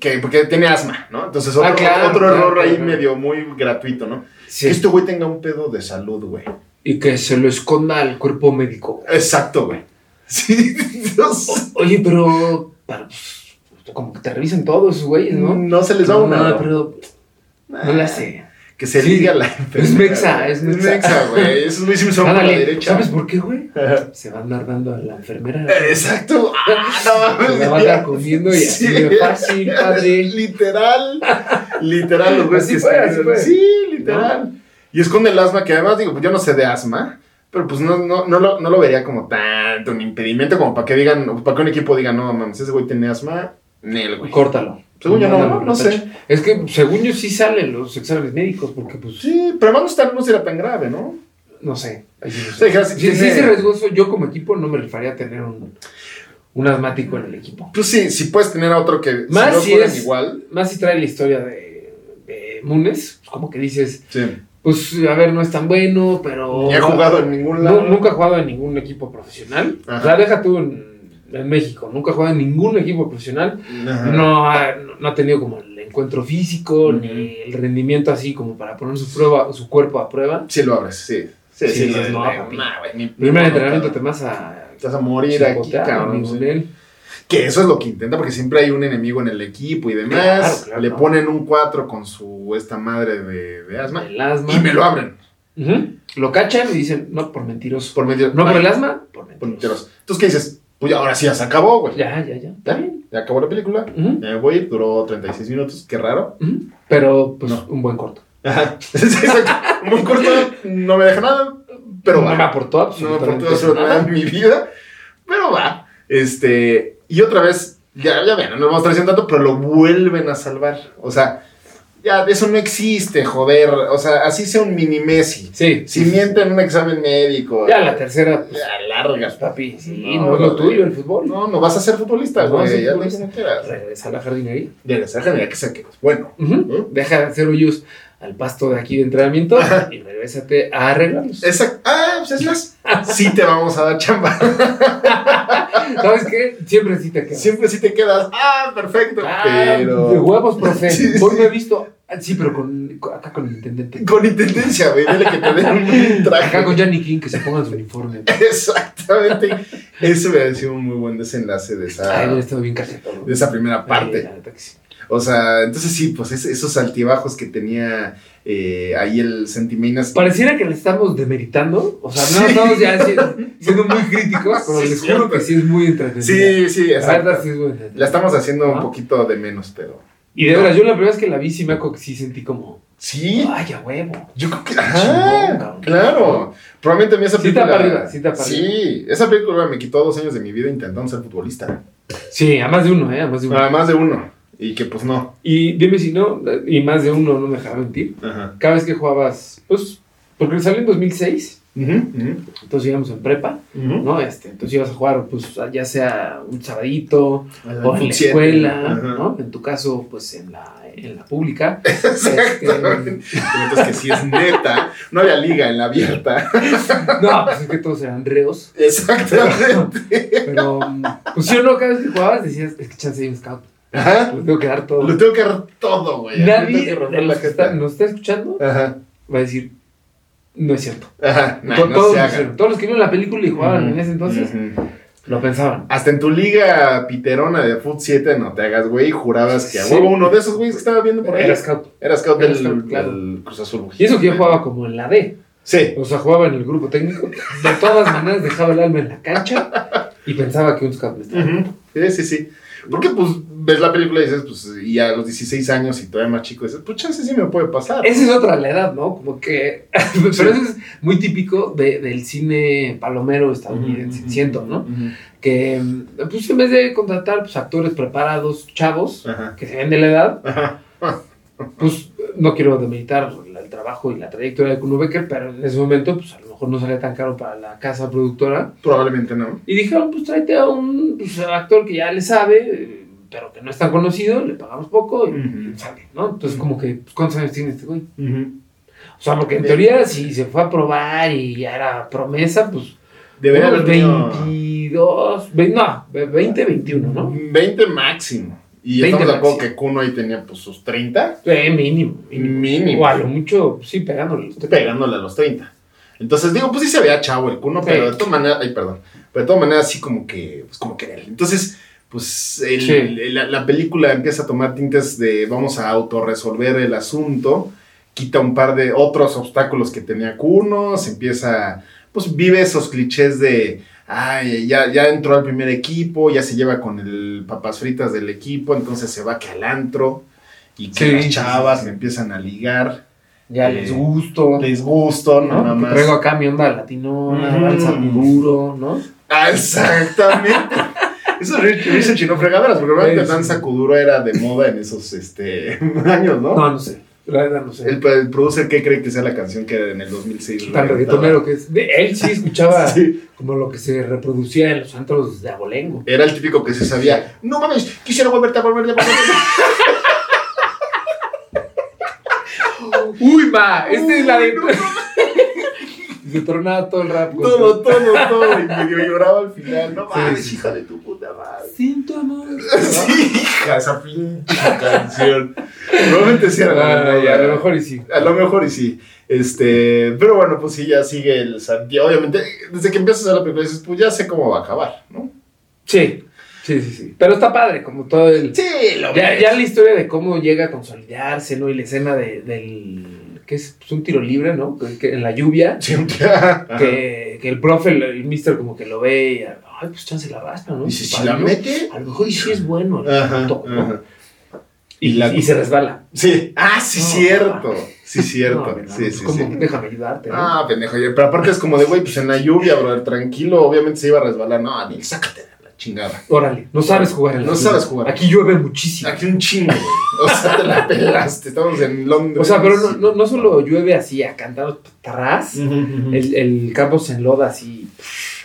[SPEAKER 2] que porque tiene asma, ¿no? Entonces otro,
[SPEAKER 3] Ah, claro,
[SPEAKER 2] otro
[SPEAKER 3] claro,
[SPEAKER 2] error ahí
[SPEAKER 3] claro.
[SPEAKER 2] medio muy gratuito, ¿no?
[SPEAKER 3] Sí.
[SPEAKER 2] Que este güey tenga un pedo de salud, güey.
[SPEAKER 3] Y que se lo esconda al cuerpo médico.
[SPEAKER 2] Exacto, güey. Sí, Dios.
[SPEAKER 3] Oye, pero. pero, pues, como que te revisen todos, güey, ¿no?
[SPEAKER 2] No se les da una.
[SPEAKER 3] No, pero. No la sé.
[SPEAKER 2] Que se
[SPEAKER 3] Sí.
[SPEAKER 2] liga la
[SPEAKER 3] Es mexa, es mexa.
[SPEAKER 2] güey. Es muy Simpson por la
[SPEAKER 3] Ándale,
[SPEAKER 2] derecha.
[SPEAKER 3] Ah, ¿Sabes por qué, güey? Se va a andar dando a la enfermera.
[SPEAKER 2] Exacto. Ah, no mames.
[SPEAKER 3] Me va a andar comiendo y así de fácil, padre.
[SPEAKER 2] Literal. Literal, los güeyes
[SPEAKER 3] Así
[SPEAKER 2] que
[SPEAKER 3] fue, así
[SPEAKER 2] escriben.
[SPEAKER 3] fue.
[SPEAKER 2] Sí, literal. Y esconde el asma, que además, digo, pues yo no sé de asma, pero pues no, no, no, lo, no lo vería como tanto un impedimento como para que digan, para que un equipo diga, no mames, ese güey tiene asma, Nel, güey.
[SPEAKER 3] Córtalo.
[SPEAKER 2] Según yo no,
[SPEAKER 3] Mándalo
[SPEAKER 2] no,
[SPEAKER 3] al
[SPEAKER 2] no sé.
[SPEAKER 3] tacho. Es que según yo sí salen los exámenes médicos, porque pues
[SPEAKER 2] Sí, pero además no está- no será tan grave, ¿no?
[SPEAKER 3] no sé. Ahí sí no
[SPEAKER 2] Sí,
[SPEAKER 3] sé.
[SPEAKER 2] claro,
[SPEAKER 3] si,
[SPEAKER 2] sí
[SPEAKER 3] si
[SPEAKER 2] tiene-
[SPEAKER 3] ese riesgo eso, yo como equipo no me rifaría a tener un, un asmático en el equipo.
[SPEAKER 2] Pues sí, si puedes tener a otro que
[SPEAKER 3] Más
[SPEAKER 2] no
[SPEAKER 3] si
[SPEAKER 2] curan
[SPEAKER 3] es-
[SPEAKER 2] igual.
[SPEAKER 3] Más si trae la historia de, de Munes, pues como que dices,
[SPEAKER 2] Sí.
[SPEAKER 3] pues a ver, no es tan bueno, pero...
[SPEAKER 2] Ni ha jugado en ningún lado.
[SPEAKER 3] Nu- nunca ha jugado en ningún equipo profesional.
[SPEAKER 2] Ajá.
[SPEAKER 3] O sea, deja tú en, en México, nunca ha jugado en ningún equipo profesional.
[SPEAKER 2] Ajá.
[SPEAKER 3] No ha, no ha tenido como el encuentro físico, ni el rendimiento así como para poner su, prueba, su cuerpo a prueba.
[SPEAKER 2] Sí lo abres, sí. Sí,
[SPEAKER 3] Sí,
[SPEAKER 2] sí, lo
[SPEAKER 3] dices, no, pues,
[SPEAKER 2] abres.
[SPEAKER 3] papi.
[SPEAKER 2] Nah, güey, ni-
[SPEAKER 3] Primer
[SPEAKER 2] no,
[SPEAKER 3] entrenamiento te
[SPEAKER 2] cabrón.
[SPEAKER 3] vas a...
[SPEAKER 2] Te vas a morir aquí,
[SPEAKER 3] chapotear,
[SPEAKER 2] cabrón.
[SPEAKER 3] amigo,
[SPEAKER 2] sí.
[SPEAKER 3] Nel.
[SPEAKER 2] Que eso es lo que intenta, porque siempre hay un enemigo en el equipo y demás.
[SPEAKER 3] Claro, claro,
[SPEAKER 2] Le
[SPEAKER 3] no.
[SPEAKER 2] ponen un 4 con su esta madre de, de asma.
[SPEAKER 3] El asma.
[SPEAKER 2] Y me lo abren.
[SPEAKER 3] Ujú. Lo cachan y dicen, no, por mentiroso.
[SPEAKER 2] Por medio.
[SPEAKER 3] No por el
[SPEAKER 2] Ay,
[SPEAKER 3] asma, por
[SPEAKER 2] por
[SPEAKER 3] mentiroso.
[SPEAKER 2] enteros. Entonces, ¿qué dices? Pues ya, ahora sí ya se acabó, güey.
[SPEAKER 3] Ya, ya, ya.
[SPEAKER 2] Ya, ya acabó la película.
[SPEAKER 3] Ujú.
[SPEAKER 2] Ya me voy, duró 36 minutos, qué raro.
[SPEAKER 3] Ujú. Pero, pues,
[SPEAKER 2] No.
[SPEAKER 3] un buen corto.
[SPEAKER 2] Ajá. Sí, exacto. Muy corto, no me deja nada, pero
[SPEAKER 3] no
[SPEAKER 2] va.
[SPEAKER 3] me aportó
[SPEAKER 2] no me
[SPEAKER 3] absolutamente
[SPEAKER 2] aportó eso nada en
[SPEAKER 3] nada.
[SPEAKER 2] mi vida, pero va. Este, y otra vez, ya, ya ven, no nos vamos a estar diciendo tanto, pero lo vuelven a salvar. O sea, ya, eso no existe, joder. O sea, así sea un mini Messi.
[SPEAKER 3] Sí.
[SPEAKER 2] Si miente en un examen médico,
[SPEAKER 3] Ya la tercera, pues,
[SPEAKER 2] ya largas,
[SPEAKER 3] papi, sí,
[SPEAKER 2] No,
[SPEAKER 3] no, es lo
[SPEAKER 2] no,
[SPEAKER 3] tuyo el fútbol.
[SPEAKER 2] No, no vas a ser futbolista,
[SPEAKER 3] No vas
[SPEAKER 2] güey.
[SPEAKER 3] a ser
[SPEAKER 2] Ya lo
[SPEAKER 3] futbolista.
[SPEAKER 2] como quieras.
[SPEAKER 3] Regresa a la jardinería.
[SPEAKER 2] De la sarja, mira que sea que es bueno.
[SPEAKER 3] Ujú. Deja de hacer hoyos al pasto de aquí de entrenamiento y regrésate a arreglarlos.
[SPEAKER 2] Exacto. Ah, pues es más. Sí te vamos a dar chamba.
[SPEAKER 3] ¿Sabes qué? Siempre sí te quedas.
[SPEAKER 2] Siempre sí te quedas. Ah, perfecto.
[SPEAKER 3] Ah,
[SPEAKER 2] pero.
[SPEAKER 3] De huevos, profe.
[SPEAKER 2] Sí,
[SPEAKER 3] Hoy
[SPEAKER 2] sí.
[SPEAKER 3] me he visto. ah, Sí, pero con, con- acá con el intendente.
[SPEAKER 2] Con intendencia, güey. Dile que te den un traje.
[SPEAKER 3] Acá con Johnny King que se pongan su uniforme.
[SPEAKER 2] Exactamente. Eso hubiera sido un muy buen desenlace de
[SPEAKER 3] Ay,
[SPEAKER 2] esa,
[SPEAKER 3] hubiera
[SPEAKER 2] Ah. de
[SPEAKER 3] estado bien cachetón.
[SPEAKER 2] esa primera
[SPEAKER 3] Ay, la
[SPEAKER 2] parte.
[SPEAKER 3] neta que sí.
[SPEAKER 2] O sea, entonces sí, pues es- esos altibajos que tenía eh, ahí el Sentiminas.
[SPEAKER 3] Pareciera que le estamos demeritando. O sea,
[SPEAKER 2] Sí.
[SPEAKER 3] no estamos ya siendo, siendo muy críticos, pero
[SPEAKER 2] Sí,
[SPEAKER 3] les
[SPEAKER 2] cierto.
[SPEAKER 3] juro que sí es muy entretenido.
[SPEAKER 2] Sí, sí,
[SPEAKER 3] la verdad
[SPEAKER 2] exacto.
[SPEAKER 3] sí es muy entretenida.
[SPEAKER 2] La estamos haciendo un
[SPEAKER 3] Ah.
[SPEAKER 2] poquito de menos, pero.
[SPEAKER 3] Y de verdad, yo la primera vez que la vi, sí me acuerdo que sí sentí como,
[SPEAKER 2] Sí,
[SPEAKER 3] ay, a huevo.
[SPEAKER 2] yo creo que.
[SPEAKER 3] chingón,
[SPEAKER 2] Ajá,
[SPEAKER 3] cabrón.
[SPEAKER 2] claro. Probablemente a mí esa
[SPEAKER 3] Sí está
[SPEAKER 2] película.
[SPEAKER 3] para arriba, sí está para
[SPEAKER 2] Sí, esa película me quitó dos años de mi vida intentando ser futbolista.
[SPEAKER 3] Sí, a más de uno, ¿eh? A más de uno.
[SPEAKER 2] Nada más de uno. Y que pues no.
[SPEAKER 3] Y dime si no, y más de uno no me dejará mentir.
[SPEAKER 2] Ajá.
[SPEAKER 3] Cada vez que jugabas, pues, porque salió en 2006,
[SPEAKER 2] Ujú, ujú,
[SPEAKER 3] entonces íbamos en prepa,
[SPEAKER 2] ujú.
[SPEAKER 3] ¿no? Este, entonces ibas a jugar, pues, ya sea un sabadito
[SPEAKER 2] Al
[SPEAKER 3] o en
[SPEAKER 2] fut
[SPEAKER 3] la
[SPEAKER 2] siete.
[SPEAKER 3] escuela,
[SPEAKER 2] Ajá.
[SPEAKER 3] ¿no? En tu caso, pues, en la, en la pública.
[SPEAKER 2] Exactamente. Entonces, Este, que si es neta, no había liga en la abierta.
[SPEAKER 3] No, pues es que todos eran reos.
[SPEAKER 2] Exactamente.
[SPEAKER 3] Pero, mm, pues sí o no, cada vez que jugabas decías, es que chance hay un scout.
[SPEAKER 2] Ajá.
[SPEAKER 3] Les tengo que dar todo.
[SPEAKER 2] Lo tengo que dar todo, güey. Tengo
[SPEAKER 3] Nadie
[SPEAKER 2] que
[SPEAKER 3] de
[SPEAKER 2] romper
[SPEAKER 3] los
[SPEAKER 2] la Ah.
[SPEAKER 3] que está-
[SPEAKER 2] jeta.
[SPEAKER 3] nos está escuchando
[SPEAKER 2] Ajá.
[SPEAKER 3] va a decir, no es cierto.
[SPEAKER 2] Ajá. Nah,
[SPEAKER 3] To-
[SPEAKER 2] no
[SPEAKER 3] todos,
[SPEAKER 2] se
[SPEAKER 3] lo
[SPEAKER 2] hagan.
[SPEAKER 3] hicieron. Todos los que vieron la película y jugaban
[SPEAKER 2] Ujú,
[SPEAKER 3] en ese entonces
[SPEAKER 2] ujú.
[SPEAKER 3] lo pensaban.
[SPEAKER 2] Hasta en tu liga piterona de Foot 7 no te hagas, güey, jurabas que a
[SPEAKER 3] Sí.
[SPEAKER 2] huevo uno de esos güeyes que estaba viendo por ahí
[SPEAKER 3] Era scout.
[SPEAKER 2] era scout del,
[SPEAKER 3] Era scout, claro.
[SPEAKER 2] del Cruz Azul.
[SPEAKER 3] Y eso que yo jugaba como en la D.
[SPEAKER 2] Sí,
[SPEAKER 3] O sea, jugaba en el grupo técnico. De todas maneras dejaba el alma en la cancha y pensaba que un scout me estaba.
[SPEAKER 2] Ujú. sí, sí, sí. Porque, pues, ves la película y dices, pues, y a los 16 años y todavía más chico, dices, pues, chance sí me puede pasar.
[SPEAKER 3] Esa es otra la edad, ¿no? Como que. pero eso es muy típico de- del cine palomero estadounidense, siento, ¿no? Que, mm, pues, en vez de contratar pues, actores preparados, chavos,
[SPEAKER 2] Ajá.
[SPEAKER 3] que se ven de la edad,
[SPEAKER 2] Ajá.
[SPEAKER 3] pues, no quiero demeritar la- el trabajo y la trayectoria de Kunobecker, pero en ese momento, pues, a lo mejor no salía tan caro para la casa productora.
[SPEAKER 2] Probablemente no.
[SPEAKER 3] Y dijeron, pues, tráete a un pues, actor que ya le sabe, eh, pero que no es tan conocido, le pagamos poco y
[SPEAKER 2] Ujú.
[SPEAKER 3] sale, ¿no? Entonces, como que, pues, ¿cuántos años tiene este güey?
[SPEAKER 2] Ujú.
[SPEAKER 3] O sea, porque en
[SPEAKER 2] Bien.
[SPEAKER 3] teoría, si se fue a probar y ya era promesa, pues.
[SPEAKER 2] Debería
[SPEAKER 3] unos
[SPEAKER 2] haber tenido
[SPEAKER 3] 22, ve- no, ve- 20, 21, ¿no?
[SPEAKER 2] 20 máximo. Y estamos
[SPEAKER 3] 20
[SPEAKER 2] de acuerdo
[SPEAKER 3] máximo.
[SPEAKER 2] que Kuno ahí tenía pues sus 30,
[SPEAKER 3] Eh, mínimo, mínimo.
[SPEAKER 2] Mínimo.
[SPEAKER 3] O a lo mucho, sí, pegándole. los tres.
[SPEAKER 2] pegándole a los 30. Entonces digo, pues sí se veía chavo el Kuno,
[SPEAKER 3] Sí.
[SPEAKER 2] pero de todas maneras, ay, perdón, pero de todas maneras sí como que, pues como que él. Entonces, pues el-
[SPEAKER 3] Sí.
[SPEAKER 2] el- la, la película empieza a tomar tintes de vamos a autorresolver el asunto, quita un par de otros obstáculos que tenía Kuno, se empieza, pues vive esos clichés de, ay, ya, ya entró al primer equipo, ya se lleva con el papas fritas del equipo, entonces se va que al antro y que
[SPEAKER 3] Sí,
[SPEAKER 2] las
[SPEAKER 3] sí, sí,
[SPEAKER 2] chavas
[SPEAKER 3] sí.
[SPEAKER 2] le empiezan a ligar
[SPEAKER 3] Ya les gusto.
[SPEAKER 2] les gusto,
[SPEAKER 3] ¿no?
[SPEAKER 2] ¿no? Nada
[SPEAKER 3] Que
[SPEAKER 2] más.
[SPEAKER 3] Traigo acá mi onda latinona,
[SPEAKER 2] Mm.
[SPEAKER 3] balsa duro, ¿no?
[SPEAKER 2] Ah, Exactamente. Eso es research y no fregaderas, porque realmente
[SPEAKER 3] Sí, sí.
[SPEAKER 2] danza Kuduro era de moda en esos este, años, ¿no?
[SPEAKER 3] No, no sé. La verdad no sé.
[SPEAKER 2] El, el producer, ¿qué cree que sea la canción que era en el 2006?
[SPEAKER 3] Tan reggaetonero que es. De- Él sí escuchaba
[SPEAKER 2] Sí.
[SPEAKER 3] como lo que se reproducía en los antros de abolengo.
[SPEAKER 2] Era el típico que se sabía, no mames, quisiera volverte a volverte a volverte.
[SPEAKER 3] Uy, ma, esta es la de.
[SPEAKER 2] no,
[SPEAKER 3] se tornaba todo el rap. con-
[SPEAKER 2] todo, todo, todo. Y medio lloraba al final, no
[SPEAKER 3] Sí,
[SPEAKER 2] mames,
[SPEAKER 3] sí,
[SPEAKER 2] hija de tu puta madre.
[SPEAKER 3] Síntomas.
[SPEAKER 2] Sí, hija, esa pinche canción. Probablemente sí era la de
[SPEAKER 3] Ay,
[SPEAKER 2] moda.
[SPEAKER 3] a lo mejor y sí.
[SPEAKER 2] A lo mejor y sí. Este, pero bueno, pues sí, ya sigue el Santiago. Obviamente, desde que empiezas a ver la película dices, pues ya sé cómo va a acabar, ¿no?
[SPEAKER 3] Sí, sí, sí, sí. Pero está padre, como todo el.
[SPEAKER 2] Sí, lo
[SPEAKER 3] Ya, ya la historia de cómo llega a consolidarse, ¿no? Y la escena de- del. que es pues, un tiro libre, ¿no? Que- que en la lluvia. Que, que el profe, el, el mister, como que lo ve y. Ay, pues chance la raspa, ¿no?
[SPEAKER 2] Y si, si
[SPEAKER 3] Padre,
[SPEAKER 2] la
[SPEAKER 3] ¿no?
[SPEAKER 2] mete.
[SPEAKER 3] A lo mejor y sí es bueno. ¿no?
[SPEAKER 2] Ajá,
[SPEAKER 3] Toco, ¿no?
[SPEAKER 2] ajá.
[SPEAKER 3] Y,
[SPEAKER 2] Y la-
[SPEAKER 3] y se resbala.
[SPEAKER 2] Sí. Ah, sí,
[SPEAKER 3] No,
[SPEAKER 2] cierto. Sí,
[SPEAKER 3] No,
[SPEAKER 2] cierto.
[SPEAKER 3] ¿verdad?
[SPEAKER 2] sí,
[SPEAKER 3] Pues,
[SPEAKER 2] sí,
[SPEAKER 3] ¿cómo?
[SPEAKER 2] sí.
[SPEAKER 3] Déjame ayudarte. ¿no?
[SPEAKER 2] Ah, pendejo. oye, Pero aparte es como de, güey, pues en la lluvia, brother, tranquilo. Obviamente se iba a resbalar. No, Daniel, sácate de la chingada.
[SPEAKER 3] Órale, no sabes jugar en la
[SPEAKER 2] No
[SPEAKER 3] lluvia.
[SPEAKER 2] sabes jugar.
[SPEAKER 3] Aquí llueve muchísimo.
[SPEAKER 2] Aquí un chingo, güey. O sea, te la pelaste. Estamos en Londres.
[SPEAKER 3] o sea, pero no, no, no solo llueve así a cantar atrás.
[SPEAKER 2] Ujú, ujú.
[SPEAKER 3] El, el campo se enloda así.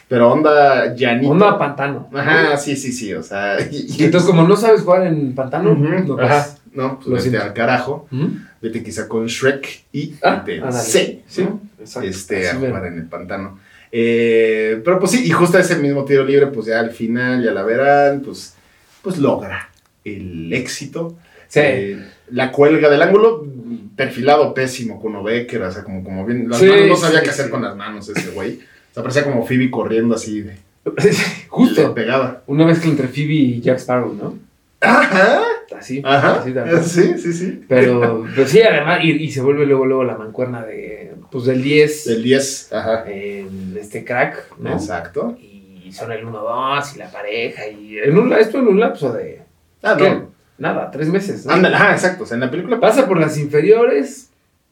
[SPEAKER 2] Pero onda llanito.
[SPEAKER 3] Onda pantano.
[SPEAKER 2] Ajá, sí, sí, sí, o sea... Y,
[SPEAKER 3] Y entonces, como no sabes jugar en pantano, no
[SPEAKER 2] Ujú, ajá,
[SPEAKER 3] vas.
[SPEAKER 2] no, pues
[SPEAKER 3] Lo
[SPEAKER 2] vete
[SPEAKER 3] siento.
[SPEAKER 2] al carajo,
[SPEAKER 3] ¿Mm?
[SPEAKER 2] vete quizá con Shrek y
[SPEAKER 3] Ah,
[SPEAKER 2] te
[SPEAKER 3] ándale.
[SPEAKER 2] sé,
[SPEAKER 3] Sí,
[SPEAKER 2] ¿no?
[SPEAKER 3] exacto.
[SPEAKER 2] este, a
[SPEAKER 3] Así
[SPEAKER 2] jugar
[SPEAKER 3] mero.
[SPEAKER 2] en el pantano. Eh, pero pues sí, y justo ese mismo tiro libre, pues ya al final, ya la verán, pues, pues logra el éxito.
[SPEAKER 3] Sí.
[SPEAKER 2] Eh, la cuelga del ángulo, mm, perfilado pésimo, Kuno Becker, o sea, como, como bien, las
[SPEAKER 3] Sí,
[SPEAKER 2] manos no sabía
[SPEAKER 3] sí,
[SPEAKER 2] qué hacer
[SPEAKER 3] sí.
[SPEAKER 2] con las manos ese güey. O sea, parecía como Phoebe corriendo así, de, le
[SPEAKER 3] Justo.
[SPEAKER 2] pegaba.
[SPEAKER 3] Una mezcla entre Phoebe y Jack Sparrow, ¿no?
[SPEAKER 2] Ajá.
[SPEAKER 3] Así.
[SPEAKER 2] Ajá.
[SPEAKER 3] Así también.
[SPEAKER 2] Sí, sí, sí.
[SPEAKER 3] Pero, pero sí, además, y, y se vuelve luego, luego la mancuerna de, pues, del 10,
[SPEAKER 2] El 10. Ajá.
[SPEAKER 3] en este crack, ¿no?
[SPEAKER 2] Exacto.
[SPEAKER 3] Y son el 1-2 y la pareja, y en un, la- esto en un lapso de,
[SPEAKER 2] Ah,
[SPEAKER 3] ¿qué?
[SPEAKER 2] no.
[SPEAKER 3] Nada, tres meses. ¿no?
[SPEAKER 2] Ándale, ajá, exacto. O sea, en la película
[SPEAKER 3] Pasa por las inferiores,